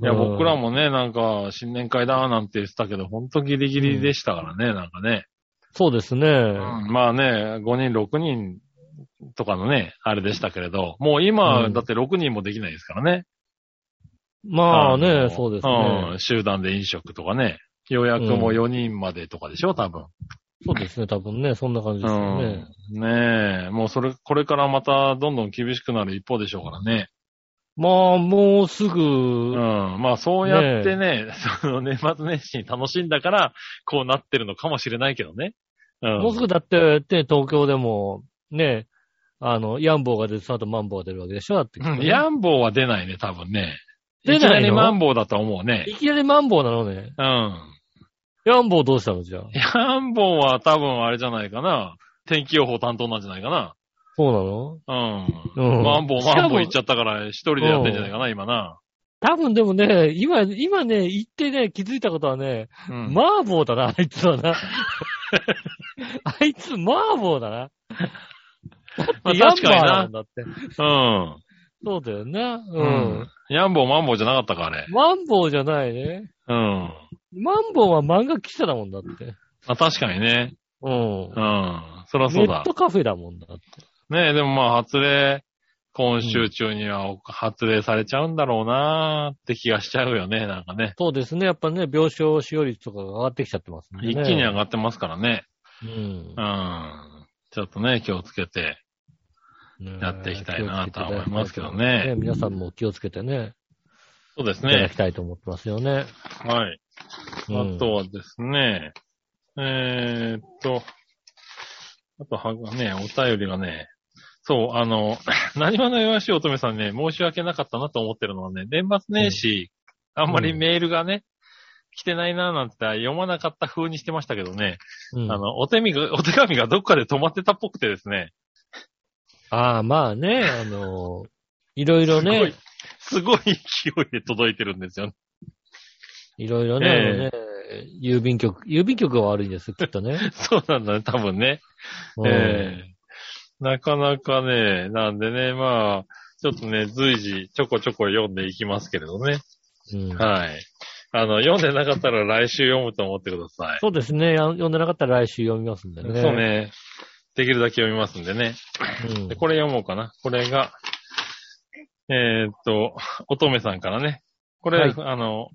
や、うん僕らもね、なんか、新年会だなんて言ってたけど、本当ギリギリでしたからね、なんかね。そうですね。うんまあね、5人、6人とかのね、あれでしたけれど、もう今、うんだって6人もできないですからね。まあのね、そうですね。うん、集団で飲食とかね。予約もうん4人までとかでしょ、多分。そうですね、多分ね、そんな感じですよね。うん。ねえ、もうそれ、これからまたどんどん厳しくなる一方でしょうからね。まあ、もうすぐ、うん。まあそうやってね、その年末年始に楽しんだから、こうなってるのかもしれないけどね。うん。もうすぐだって、ね、東京でも、ね、あの、ヤンボーが出て、その後マンボウが出るわけでしょだって、うんヤンボーは出ないね、多分ね。出ないのきなりマンボウだと思うね。いきなりマンボウなのね。うん。ヤンボーどうしたのじゃあ。ヤンボーは多分あれじゃないかな。天気予報担当なんじゃないかな。そうう。なんのうん。マンボウ、しマかンボもウ行っちゃったから一人でやってんじゃないかな、今な。多分でもね、今、今ね、行ってね、気づいたことはね、うん。マーボーだな、あいつはな。あいつ、マーボーだな。まあヤン確ボーかにな。なんだって。うん。そうだよね。う。うんん。ヤンボーマンボウじゃなかったか、あれ。マンボウじゃないね。うん。マンボウは漫画喫茶だもんだって。まあ確かにね。うんう。ん。そりゃネそうッだ。トカフェだもんだって。ねえ、でもまあ、発令、今週中には発令されちゃうんだろうなーって気がしちゃうよね、なんかね。そうですね。やっぱね、病床使用率とかが上がってきちゃってますんでね。一気に上がってますからね。うんう。ん。ちょっとね、気をつけて。ねやっていきたいなとは思いますけどね皆さんも気をつけてね、そうですいただねき。たいと思ってますよね。はい。うんあとはですね、えーっと、あとはね、お便りがね、そう、あの、 何話の弱しい乙女さんね、申し訳なかったなと思ってるのはね、年末年始、あんまりメールがね、来てないなーなんて読まなかった風にしてましたけどね、うんあの、お手紙が、お手紙がどっかで止まってたっぽくてですね、ああ、まあね、あの、いろいろすごいね、すごい勢いで届いてるんですよね。 いろいろね、あのね郵便局、郵便局が悪いんです、きっとね。そうなんだね、多分ね。うん ええなかなかね、なんでね、まあ、ちょっとね、随時ちょこちょこ読んでいきますけれどね。うんはい。あの、読んでなかったら来週読むと思ってください。そうですね、や読んでなかったら来週読みますんでね。そう。ね。できるだけ読みますんでね。うんで、これ読もうかな。これが、えーっと、乙女さんからね。これ、はいあの、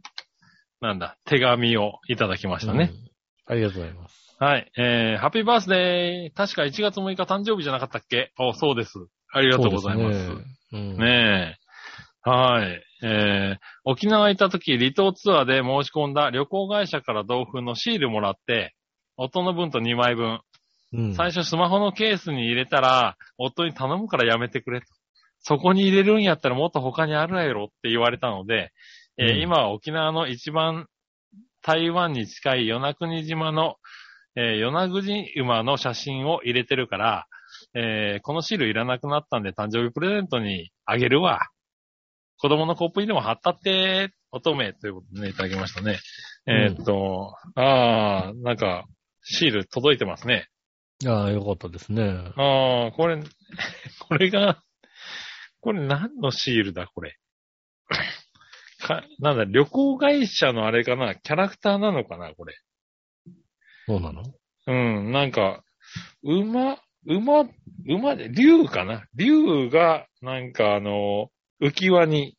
なんだ、手紙をいただきましたね。うんありがとうございます。はい。えー、ハッピーバースデー。確か1月6日誕生日じゃなかったっけお、そうです。ありがとうございます。そうでねうんねえ。はい。えー、沖縄行った時、離島ツアーで申し込んだ旅行会社から同封のシールもらって、夫の分と2枚分。うん最初スマホのケースに入れたら、夫に頼むからやめてくれと。そこに入れるんやったらもっと他にあるやろって言われたので、えーうん今は沖縄の一番台湾に近い与那国島の、えー与那国島の写真を入れてるから、えーこのシールいらなくなったんで誕生日プレゼントにあげるわ。子供のコップにでも貼ったって、乙女ということでね、いただきましたね。えーっと、ああ、なんか、シール届いてますね。ああ、よかったですね。ああ、これ、 これが、これ何のシールだ、これ。か、なんだ、旅行会社のあれかな、キャラクターなのかな、これ。そうなのうん、なんか、馬、馬、馬で、竜かな竜が、なんかあの、浮き輪に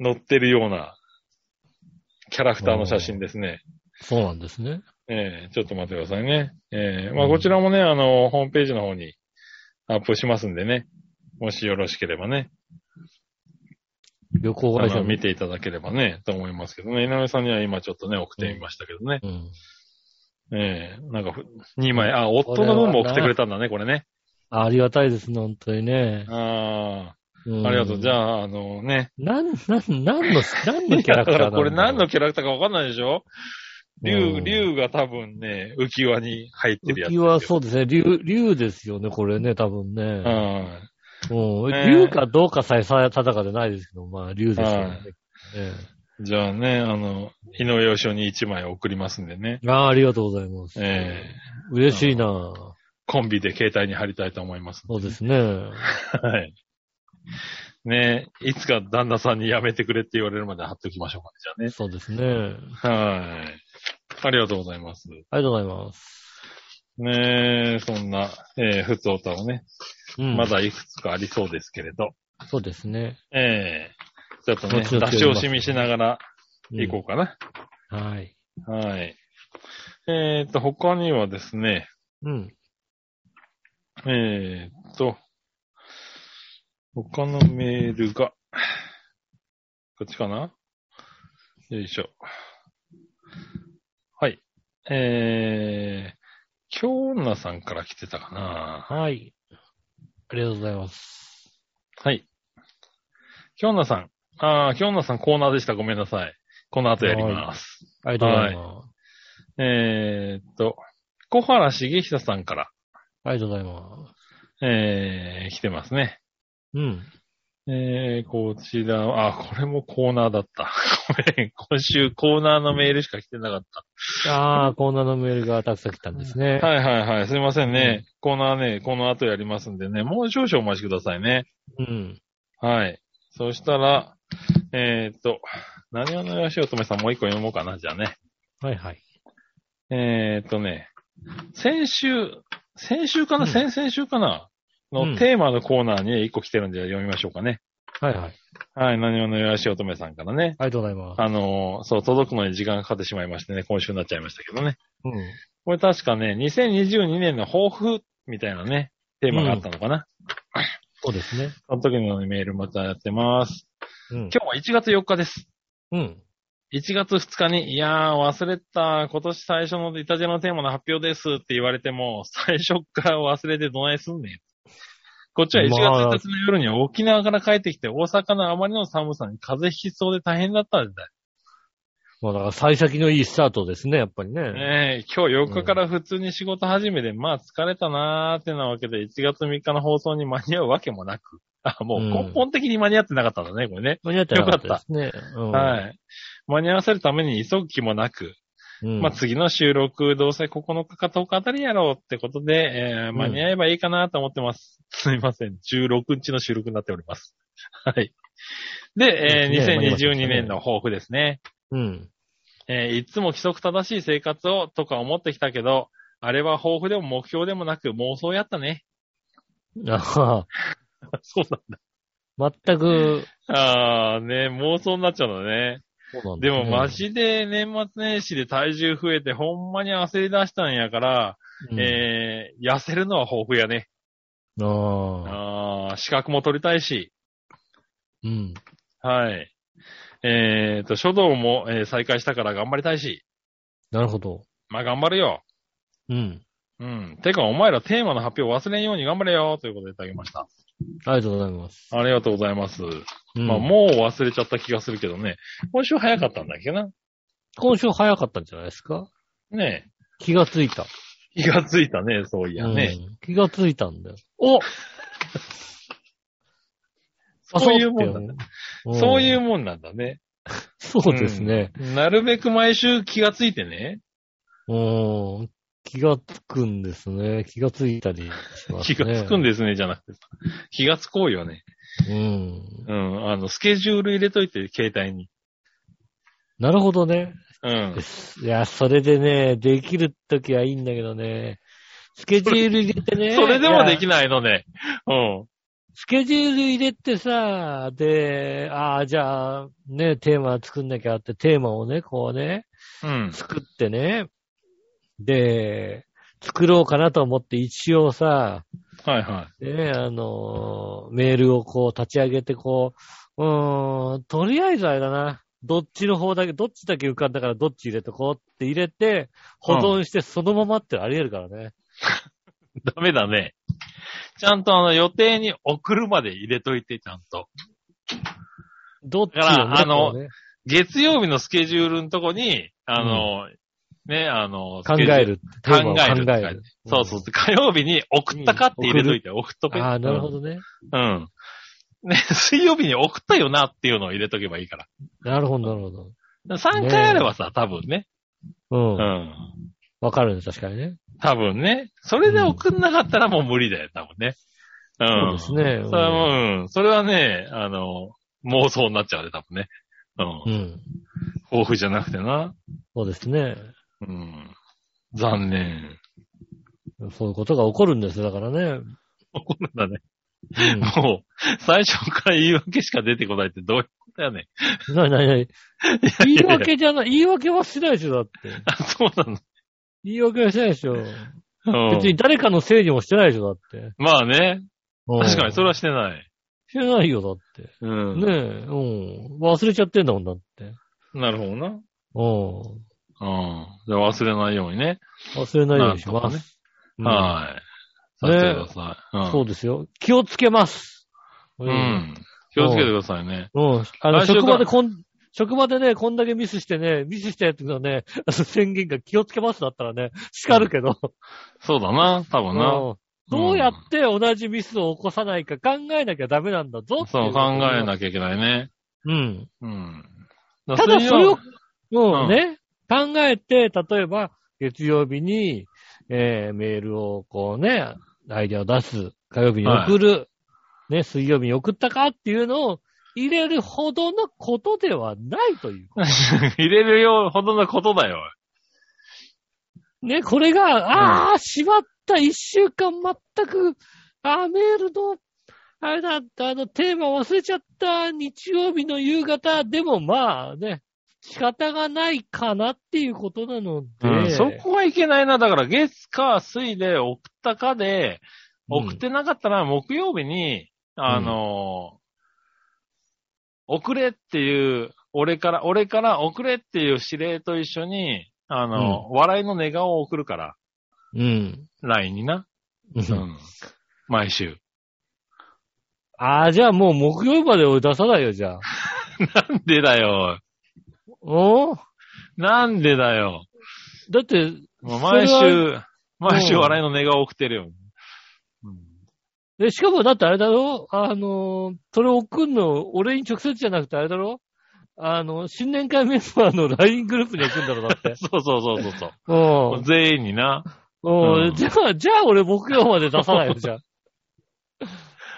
乗ってるようなキャラクターの写真ですね。そうなんですね。ええちょっと待ってくださいね。ええまあ、こちらもね、あの、ホームページの方にアップしますんでね。もしよろしければね。旅行あ会社のの見ていただければね、と思いますけどね。井上さんには今ちょっとね、送ってみましたけどね。うん。ええなんかふ、2枚、あ、夫の分も送ってくれたんだね、これね。ありがたいですね、本当にね。あうんあ、ありがとう。じゃあ、あのね。なん、なん、なんの、なんのキャラだかクターならんだろう これ何のキャラクターかわかんないでしょう竜、ん竜が多分ね、浮き輪に入ってるや浮つ。きはそうですね、竜、竜ですよね、これね、多分うね。ん。うん。ね竜かどうかさえさ、定かでないですけど、まあ、竜ですよはねい。えじゃあね、あの、井上洋書に1枚送りますんでね。えああ、ありがとうございます。ええ嬉しいなコンビで携帯に貼りたいと思います。そうですね。はい。ねえ、いつか旦那さんにやめてくれって言われるまで貼っておきましょうかね、そうですね。じゃあね。はい。ありがとうございます。ありがとうございます。ねえ、そんな、えー、ふつおたをね、うん。ま。だいくつかありそうですけれど、そうですね。えー、ちょっとね、後々出し惜しみしながらうん行こうかな。はい。はい。えー、っと、他にはですね、うん。えー、っと、他のメールが、こっちかなよいしょ。はい。えー、京奈さんから来てたかなはい。ありがとうございます。はい。京奈さん。ああ、京奈さんコーナーでした。ごめんなさい。この後やります。ありがとうございます。えー、っと、小原茂久さんから、ありがとうございます。えー、来てますね。うん。えー、こちら、あ、これもコーナーだった。 ごめん、今週コーナーのメールしか来てなかっああ、コーナーのメールがたくさん来たんですね。た。はいはいはい、すいませんね。コーナーね、この後やりますんでね、もう少々お待ちくださいね。うん。はい。そしたら、えー、っと、何をのよしおとめさんもう一個読もうかな、じゃあね。はいはい。えーっとね、先週、先週かな、うん先々週かなうんのテーマのコーナーに一個来てるんで読みましょうかね。はいはい。はい、何をのよしおとめさんからね。ありがとうございます。あのーそう、届くのに時間がかかってしまいましてね、今週になっちゃいましたけどね。うん。これ確かね、2022年の抱負みたいなね、テーマがあったのかな。そうですね。その時のメールまたやってます。うん。今日は1月4日です。うん。 1月2日に、いやー、忘れた、今年最初のイタジェラのテーマの発表ですって言われても、最初から忘れてどないすんねん。こっちは1月1日の夜に沖縄から帰ってきて、大阪のあまりの寒さに風邪ひきそうで大変だったんだよまあだから、幸先のいいスタートですね、やっぱりね。ねえ、今日4日から普通に仕事始めで、まあ疲れたなーってなわけで、1月3日の放送に間に合うわけもなく、あ、もう根本的に間に合ってなかったんだね、これね。間に合ってなかったですね。うんはい。間に合わせるために急ぐ気もなく、うん。まあ次の収録、どうせ9日か10日あたりやろうってことで、えーうん間に合えばいいかなと思ってます。すいません、16日の収録になっております。はい。で、えーですね間に合いましたね2022年の抱負ですね。うん。えーいつも規則正しい生活をとか思ってきたけど、あれは抱負でも目標でもなく妄想やったね。あははそうなん全く、だ。あーね、妄想になっちゃうのね。そうなんですねもマ、ジで年末年始で体重増えてほんまに焦り出したんやから、うんえー痩せるのは抱負やね。ああ。あー資格も取りたいし、うん。はい。えーと、書道も、えー再開したから頑張りたいし、なるほど。まあ頑張るよ。うん。うん。てか、お前らテーマの発表忘れんように頑張れよ、ということでいただきました。ありがとうございます。ありがとうございます。うんまあ、もう忘れちゃった気がするけどね。今週早かったんだっけな。今週早かったんじゃないですかね気がついた。え。気がついたね、そういやね。うん気がついたんだよ。 おそういうもんなんだ。んそういう。もんなんだね。そうですね。うん。なるべく毎週気がついてね。うん。気がつくんですね。気がついたりします気ね。がつくんで。ですね、じゃなくてさ。気がつこうよね。うん。うん。あの、スケジュール入れといて、携帯に。なるほどね。うん。いや、それでね、できるときはいいんだけどね。スケジュール入れてね。それでもできいやないのね。うん。スケジュール入れてさ、で、ああ、じゃあ、ね、テーマ作んなきゃって、テーマをね、こうね、うん。作ってね。で、作ろうかなと思って一応さ、はいはね、あのーメールをこう立ち上げてこう、うーん、とりあえずあれだな。どっちの方だけ、どっちだけ浮かんだからどっち入れとこうって入れて、保存してそのままってあり得るからね。い。ダメだね。ちゃんとあの、予定に送るまで入れといて、ちゃんと。どっちをねだからあのこうね月曜日のスケジュールのとこに、あの、ね、あの、考える。スケジュール。テーマを考えるって書いてある。そうそう。火曜日に送ったかって入れといて、送っうとんけ。ああ、なるほどね。うん。うん。ね、 水曜日に送ったよなっていうのを入れとけばいいから。なるほど、なるほど。 3回あればさ、多分ね。うんう。ん。わかるね、確かにね。多分ね。それで送んなかったらもう無理だよ、多分ね。うん。そうですねうんそれはもう、うん。それはね、あの、妄想になっちゃうね、多分ね。う。うんん。抱負じゃなくてな。そうですね。 うん。残念。そういうことが起こるんですよ、だからね。起こるんだね。うん もう、最初から言い訳しか出てこないってどういうことやねん。 なになになに言いやいいや訳じゃない、言い訳はしないでしょ、だって。あ、そうな言い訳はしないでしょ。の。別に誰かのせいにもしてないでしょ、だって。まあね。うん確かに、それはしてない。してないよ、だって。うんねえ、うん。忘れちゃってんだもんだって。なるほどな。うん。うん。じゃあ忘れないようにね。忘れないようにしなんまとかねす。うんはい。ねさせてください。うんそうですよ。気をつけます。ううん。気をつけてくださいね。うん。あの、来週から職場でこん、職場でね、こんだけミスしてね、ミスしたやつのね、 あの宣言が気をつけますだったらね、叱るけど。そうだな、多分な。うんどうやって同じミスを起こさないか考えなきゃダメなんだぞっていそう、考えい。なきゃいけないね。うん。うん。ただそれを、うもんうね、考えて、例えば、月曜日に、えーメールをこうね、アイデアを出す、火曜日に送る、ね、水曜日に送ったかっていうのを入れるほどのことではないという。 入れるよほどのことだよ。ね、これが、ああー、しまった、一週間全く、あーメールの、あれだ、あの、テーマ忘れちゃった、日曜日の夕方、でもまあね、仕方がないかなっていうことなので、うんそこはいけないな。だから、月か水で送ったかで、うん送ってなかったら、木曜日に、あのー送れっていう、俺から、俺から送れっていう指令と一緒に、あのー笑いの寝顔を送るから、うん。 LINE にな。うん。毎週。ああ、じゃあもう木曜日まで俺出さないよ、じ ゃあ。なんでだよ。おーなんでだよ。だって、もう毎それ週、毎週うん笑いの寝顔を送ってるよ。うんえ、しかもだってあれだろあのー、それ送んの、俺に直接じゃなくてあれだろあの、新年会メンバーの LINE グループに送るんだろ、だ って。そうそうそうそうそう。うん。全員にな。おうんじゃあ、じゃあ俺木曜まで出さないよ、じゃあ。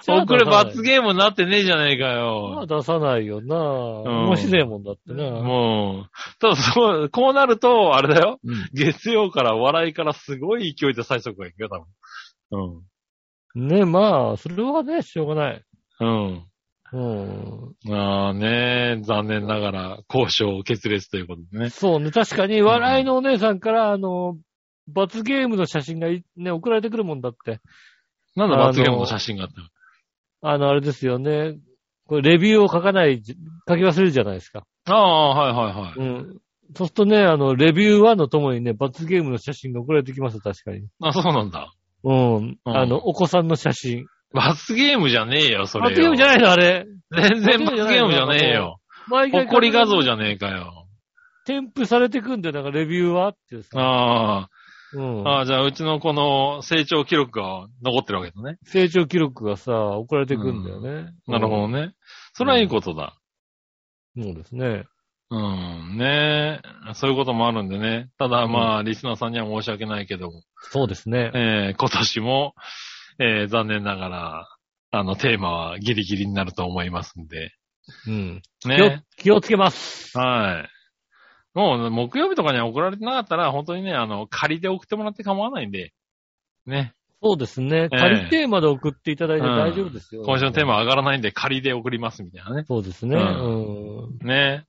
遅れ罰ゲゲームになってねえじゃねえかまあよ。出さないよな、面白いもんだってな。もう、ただそう、こうなると、あれだよ。うん月曜から笑いからすごい勢いで最速がいくよ、多分。ね、まあ、それはね、しょうがない。うん。うん。うん。まあね、残念ながら、交渉決裂ということでね。そうね、確かに、笑いのお姉さんから、あの、罰ゲームの写真がいね、送られてくるもんだって。なんだあの罰ゲームの写真があったのあの、あれですよね。これ、レビューを書かない、書き忘れるじゃないですか。ああ、はいはいはい。うん。そうするとね、あの、レビュー1のともにね、罰ゲームの写真が送られてきますよ、確かに。あ、そうなんだ。うん。あの、お子さんの写真。罰ゲームじゃねえよ、それよ。罰ゲームじゃないの、あれ。全然罰ゲームじゃねえよ。毎ほっこり画像ゃじゃねえかよ。添付されてくんだよ、なんかレビューはってさ。あうんあ、ああ、じゃあうちのこの成長記録が残ってるわけだね。成長記録がさ、送られてくんだよね。なるほどど。ね。それはいいことだ。そうですね。うん、ねえ。そういうこともあるんでね。ただまあ、リスナーさんには申し訳ないけど、そうですね。えー今年も、えー残念ながら、あの、テーマはギリギリになると思いますんで。うん。気をね。気をつけます。はい。もう、木曜日とかには送られてなかったら、本当にね、あの、仮で送ってもらって構わないんで、ね。そうですね。ええ仮テーマで送っていただいて大丈夫ですよ。今週のテーマ上がらないんで仮で送りますみたいなね。そうですね。ううんん。ね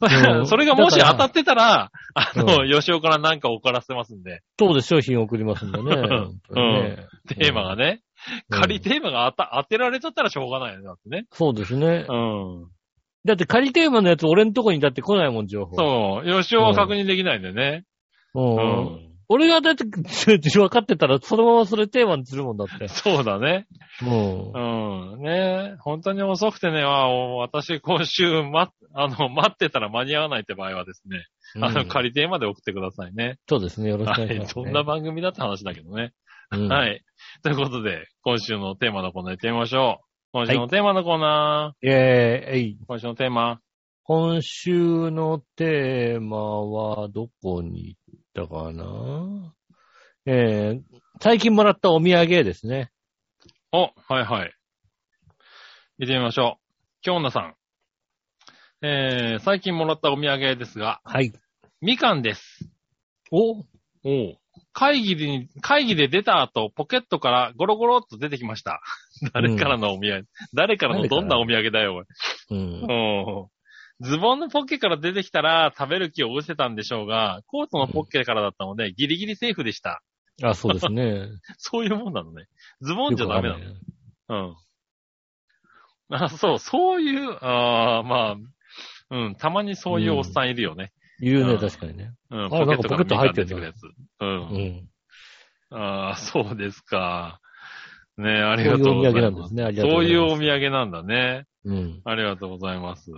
うん それがもしだから当たってたら、あうの、吉尾からなんか送らせますんで、そうです。商品送りますんでね。本当にねテーマがね。うん仮テーマが当た当てられちゃったらしょうがないよね、だってね。そうですねう。ん。だって仮テーマのやつ俺んとこにだって来ないもん、情報。そう、吉尾は確認できないんでね。う。うんん。俺がだって、 分かってたら、そのままそれテーマにするもんだって。そうだね。うんう。ん。ね本当に遅くてね、あ私今週、ま、あの、待ってたら間に合わないって場合はですね、あの、仮テーマで送ってくださいね。そうですね。よろしくはお願いしいま。す、どね。んな番組だって話だけどね。うんはい。ということで、今週のテーマのコーナー行ってみましょう。今週のテーマのコーナー。えーえい。今週のテーマ。今週のテーマはどこに行ったかなえー最近もらったお土産ですね。お、はいはい。見てみましょう。京奈さん。えー、最近もらったお土産ですが、はい。みかんです。おおう会議に、会議で出た後、ポケットからゴロゴロっと出てきました。 誰からのお土産、誰からのどんなお土産だよ、おい。うん。うんズボンのポッケから出てきたら食べる気を失せたんでしょうが、コートのポッケからだったので、ギリギリセーフでした。あ、そうです ね。そういうもんなのね。ズボンじゃダメなよくわかんいの。うん。 あ、そう、そういう、あーまあ、うん、たまにそういうおっさんいるよね。言ううね、ん確かにね。うん、あなんかポケット入ってんだみかん出てくるやつ。ううん。ん。ああ、そうですか。ねあそりういがとううおご土ざ産ないんでますす。ね。ありがとうそごうざいいうまお土産なんだね。す。うん。ありがとうございます。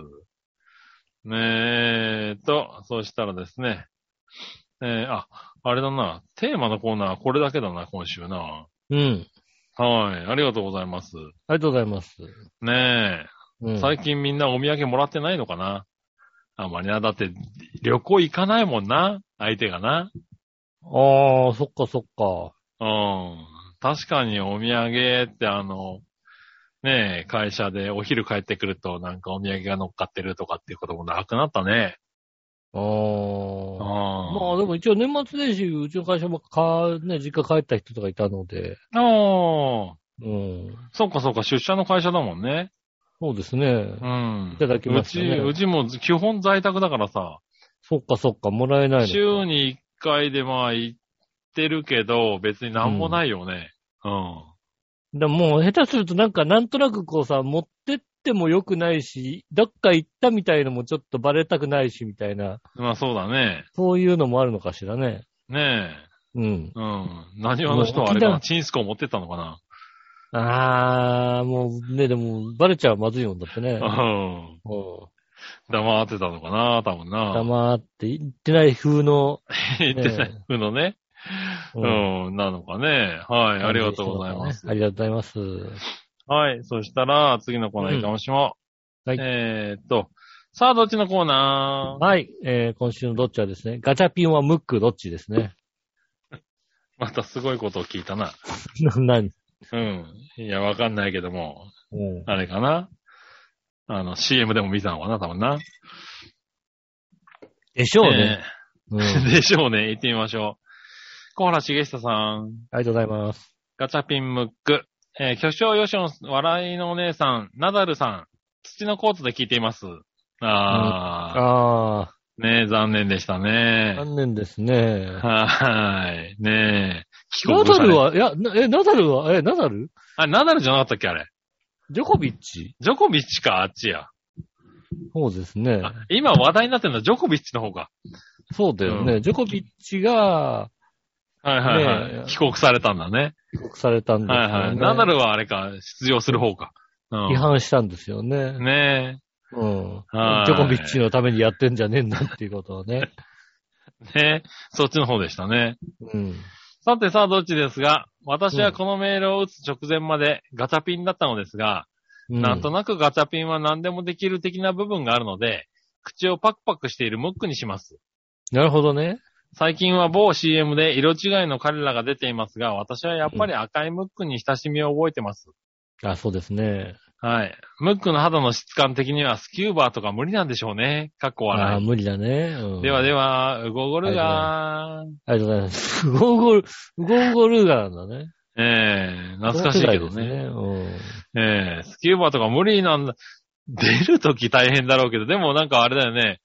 ねえと、そうしたらですね。えーあ、あれだな。テーマのコーナーはこれだけだな、今週な。うん。はい。ありがとうございます。ありがとうございます。ねうえ、ん。最近みんなお土産もらってないのかなあんまりな。だって、旅行行かないもんな。相手がな。ああ、そっかそっか。うん。確かにお土産ってあの、ねえ、会社でお昼帰ってくるとなんかお土産が乗っかってるとかっていうこともなくなったね。あうん。あ。まあでも一応年末年始、うちの会社もか、ね、実家帰った人とかいたので、ああ。うん。そっかそっか、出社の会社だもんね。そうですねう。ん。いただきましたねうち、うちも基本在宅だからさ、そっかそっか、もらえないのか。週に1回でまあ行ってるけど、別になんもないよね。うん。でももう下手するとなんかなんとなくこうさ、持ってっても良くないし、どっか行ったみたいのもちょっとバレたくないしみたいな、まあそうだね。そういうのもあるのかしらね。ねうん。え。うん。何話の人はあれかな、チンスコ持ってったのかな。あー、もうね、でもバレちゃまずいもんだってねう。ん。も黙ってたのかな、多分うな。黙って言ってない風の、言ってない風のね。うう。ん、なのかね。はい、ありがとうございます。ありがとうございます。はい。そしたら、次のコーナー行きましょう。うんはいえーっと、さあ、どっちのコーナーはい、えー、今週のどっちはですね、ガチャピンはムックどっちですね。 またすごいことを聞いたな。何うん。いや、わかんないけども、うん。あれかな。あの、CM でも見たのかな、多分な。でしょうね。うん。えーでしょうね。行ってみましょう。小原茂久さん、ありがとうございます。ガチャピンムック、えー巨匠よしおん、笑いのお姉さん、ナダルさん、土のコートで聞いています。ああー、ねえ残念でしたー、ね。残念ですね。はーい。ねえ。帰国ナダされルは、いや、なえ、ナダルは、え、ナダルあ、ナダルじゃなかったっけあれ。ジョコビッチジョコビッチか、あっちや。そうですね。あ今話題になってるのはジョコビッチの方か。そうだよね。うジョコビッチが、はいはいはい。ねえ帰国されたんだね。帰国されたんですよ、ね。はいはい。ナダルはあれか、出場する方か。う違ん。反したんですよね。ねうんは。いジョコビッチのためにやってんじゃねえんだっていうことをね。え。ねえ。そっちの方でしたね。うん。さてさあ、どっちですが、私はこのメールを打つ直前までガチャピンだったのですが、なんとななくガチャピンは何でもできる的な部分があるので、口をパクパクしているムックにします。なるほどね。最近は某 CM で色違いの彼らが出ていますが、私はやっぱり赤いムックに親しみを覚えてます。あ、そうですね。はい。ムックの肌の質感的にはスキューバーとか無理なんでしょうね。かっこああー、笑無理だね。うい。んではでは、ウゴゴルガー。ありがとうございます。 ウゴンゴル、ウゴンゴルーガなんだね。ええ懐かしいけど同世代ね。ですええスキューバーとか無理なんだ。出るとき大変だろうけど、でもなんかあれだよね。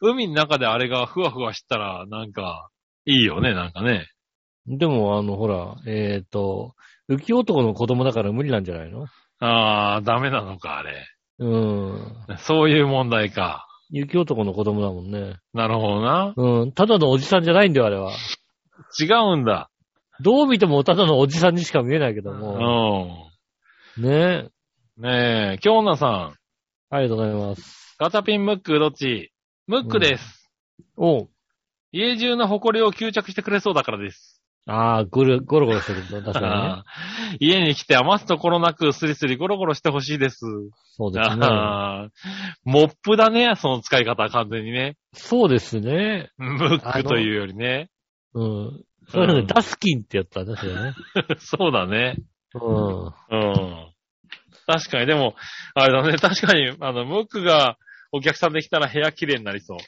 海の中であれがふわふわしたら、なんか、いいよね、なんかね。うん。でも、あの、ほら、えっ、と、浮世男の子供だから無理なんじゃないのああ、ダメなのか、あれ。うん。そういう問題か。雪男の子供だもんね。なるほどな。うん。ただのおじさんじゃないんだよ、あれは。違うんだ。どう見てもただのおじさんにしか見えないけどうも。ん。ねねえ、京奈さん、ありがとうございます。ガチャピンムックどっちムックです。おう。家中の埃を吸着してくれそうだからです。ああ、ゴロゴロゴロしてるんだ。確か家に来て余すところなくスリスリゴロゴロしてほしいです。にね。そうですね。あーモップだね、その使い方は完全にね。そうですね。ムックというよりね。うん。そういうのうんね、ダスキンってやったんですよね。そうだね。うん。うん。確かに、でも、あれだね、確かに、あの、ムックがお客さんできたら部屋綺麗になりそう。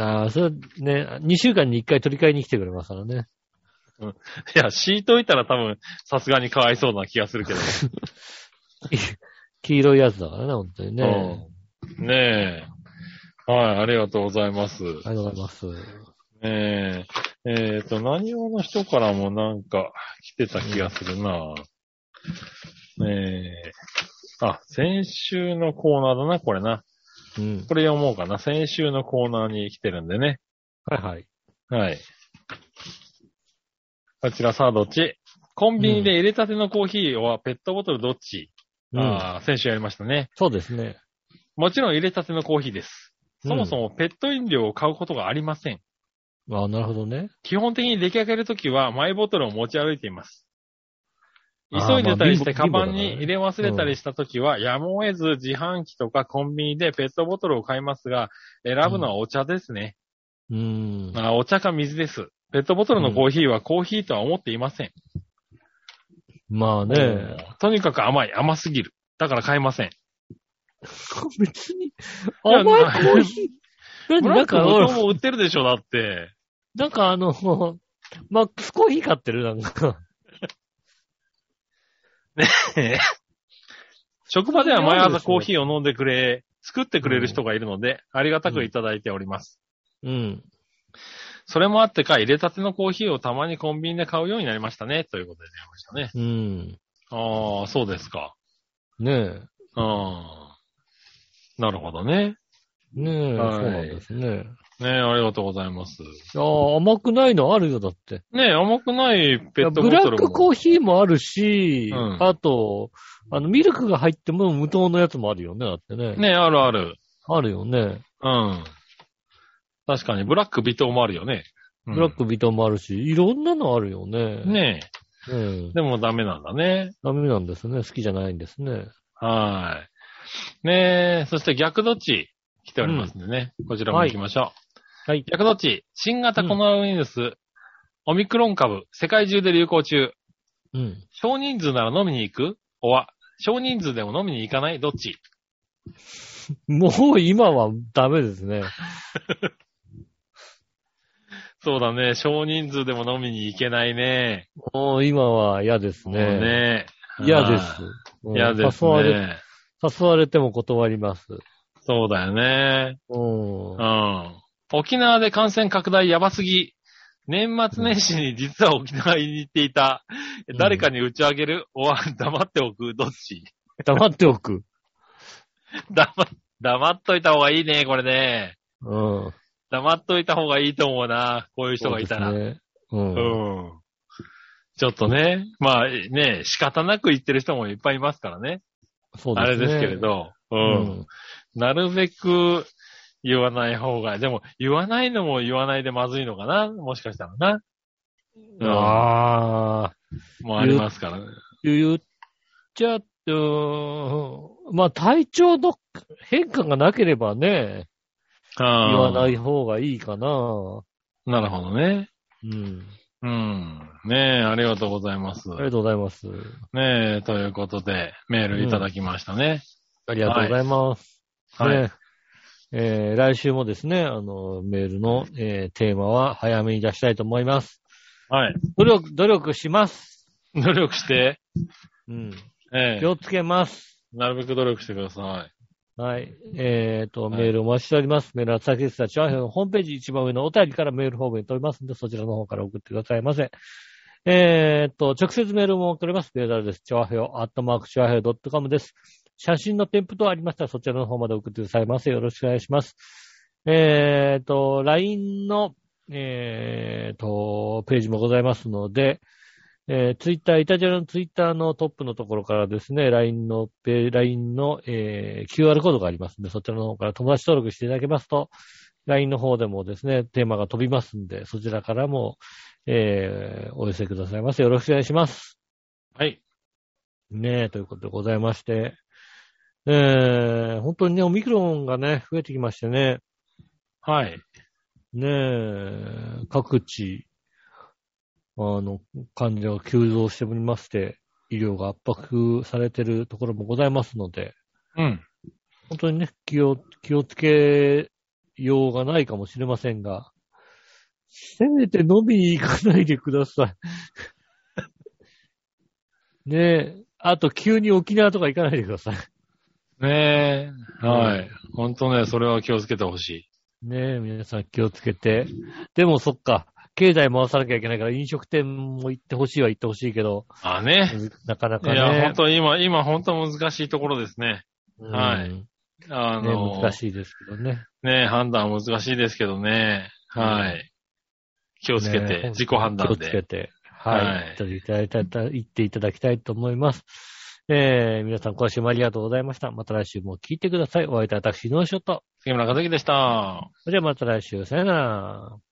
ああ、それね、2週間に1回取り替えに来てくれますからね。いや、敷いといたら多分、さすがにかわいそうな気がするけど。黄色いやつだからね、本当にね。うんねえ。はい、ありがとうございます。ありがとうございます。ねえ。えっ、と、何をの人からもなんか来てた気がするな。ねえ。あ、先週のコーナーだな、これな。うん。これ読もうかな。先週のコーナーに来てるんでね。はいはい。はい。こちらさあ、どっちコンビニで入れたてのコーヒーはペットボトルどっち、うん、ああ、先週やりましたね。そうですね。もちろん入れたてのコーヒーです。うんそもそもペット飲料を買うことがありません。あなるほどね。基本的に出来上がるときはマイボトルを持ち歩いています。あー急いでたりしてまあカ貧乏バンに入れ忘れたりしたときは、やむを得ず自販機とかコンビニでペットボトルを買いますが、選ぶのはお茶ですね。うーん。あーお茶か水です。ペットボトルのコーヒーはコーヒーとは思っていません。まあね。とにかく甘い、甘すぎる。だから買いません。 別に、い甘やいコーヒー。何ブなラッんクか、も俺どうも売ってるでしょ、だって。なんかあの、 マックスコーヒー買ってる、なんか。 職場では毎朝コーヒーを飲んでくれ、作ってくれる人がいるので、ありがたくいただいております。うん。それもあってか、入れたてのコーヒーをたまにコンビニで買うようになりましたね、ということで出ましたうね。ん。ああ、そうですか。ねああ。なるほどね。え。ねえ、はいそうなんですね。ねえ、ありがとうございます。ああ、甘くないのあるよ、だって。ねえ、甘くないペットボブラトルも。ックコーヒーもあるし、うんあと、あの、ミルクが入っても無糖のやつもあるよね、だってね。ねえ、あるある。あるよね。うん。確かに、ブラック微糖もあるよね。うんブラックビタもあるし、いろんなのあるよね。ねうんえ。。でもダメなんだね。ダメなんですね。好きじゃないんですね。はい。ねえ、そして逆どっち来ておりますんでね。こちらも行きましょう。はい逆どっち新型コロナウイルス、オミクロン株、世界中で流行中。うん。少人数なら飲みに行くおわ。少人数でも飲みに行かないどっちもう今はダメですね。そうだね。少人数でも飲みに行けないね。もう今は嫌ですもうね。ね。嫌ですは。うんい。嫌です誘われ、ね。誘われても断ります。そうだよね。うんう。ん。沖縄で感染拡大やばすぎ。年末年始に実は沖縄に行っていた。うん誰かに打ち上げる、おわ、黙っておくどっち黙っておく。黙、黙っといた方がいいね、これね。うん。黙っといた方がいいと思うな。こういう人がいたら。そううですねうん。ん。ちょっとね。まあね、仕方なく言ってる人もいっぱいいますからね。そうあねれですけれ。ど。う。うんん。なるべく言わない方が、でも言わないのも言わないでまずいのかなもしかしたらな。うんああ。もうありますからね。言っちゃって、うーんまあ体調の変化がなければね、言言わない方がいいかな。なるほどね。うん。うん。ねえ、ありがとうございます。ありがとうございます。ねえ、ということで、メールいただきましたね。ありがとうございます。はい。ねえー来週もですね、あの、メールの、えーテーマは早めに出したいと思います。はい。努力、努力します。努力して、うん。え気えをつけます。なるべく努力してくださはい。えっ、と、はいメールお待ちしております。メールは先ですたちは、ホームページ一番上のお便りからメールフォームに飛びますので、そちらの方から送ってくださいませ。えっ、と、直接メールも送れます。メールアドレス、チョアヘオ、アットマークチョアヘオ .com です。写真の添付等ありましたら、そちらの方まで送ってくださいませ。よろしくお願いします。えっ、と、LINE の、えっ、と、ページもございますので、えー、ツイッター、イタジェラのツイッターのトップのところからですね、LINE のペ、LINE の、えー QR コードがありますので、そちらの方から友達登録していただけますと、LINE の方でもですね、テーマが飛びますんで、そちらからも、えーお寄せくださいませ。よろしくお願いします。い。はい。ねえ、ということでございまして、えー、本当にね、オミクロンがね、増えてきましてね、はい。ねえ、各地、あの、患者が急増しておりまして、医療が圧迫されているところもございますので、うん。本当にね、気を、気をつけようがないかもしれませんが、せめて飲みに行かないでください。 ねえ。あと、急に沖縄とか行かないでください。ねえ。はい。ほんとね、それは気をつけてほしい。ねえ、皆さん気をつけて。でも、そっか。経済回さなきゃいけないから、飲食店も行ってほしいは行ってほしいけど、あね。なかないかね。や、ほんと今、今ほんと難しいところですね。うんはいあねの、難しいですけどね。ね判断は難しいですけどね。はい。気をつけねて、自己判断気をつけで。て、はい。はいいただきたいただ言っていただきたいと思います。えー、皆さん今週もありがとうございました。また来週も聞いてください。お会いいたい私、ノーショット。杉村和樹でした。それではまた来週、さよなら。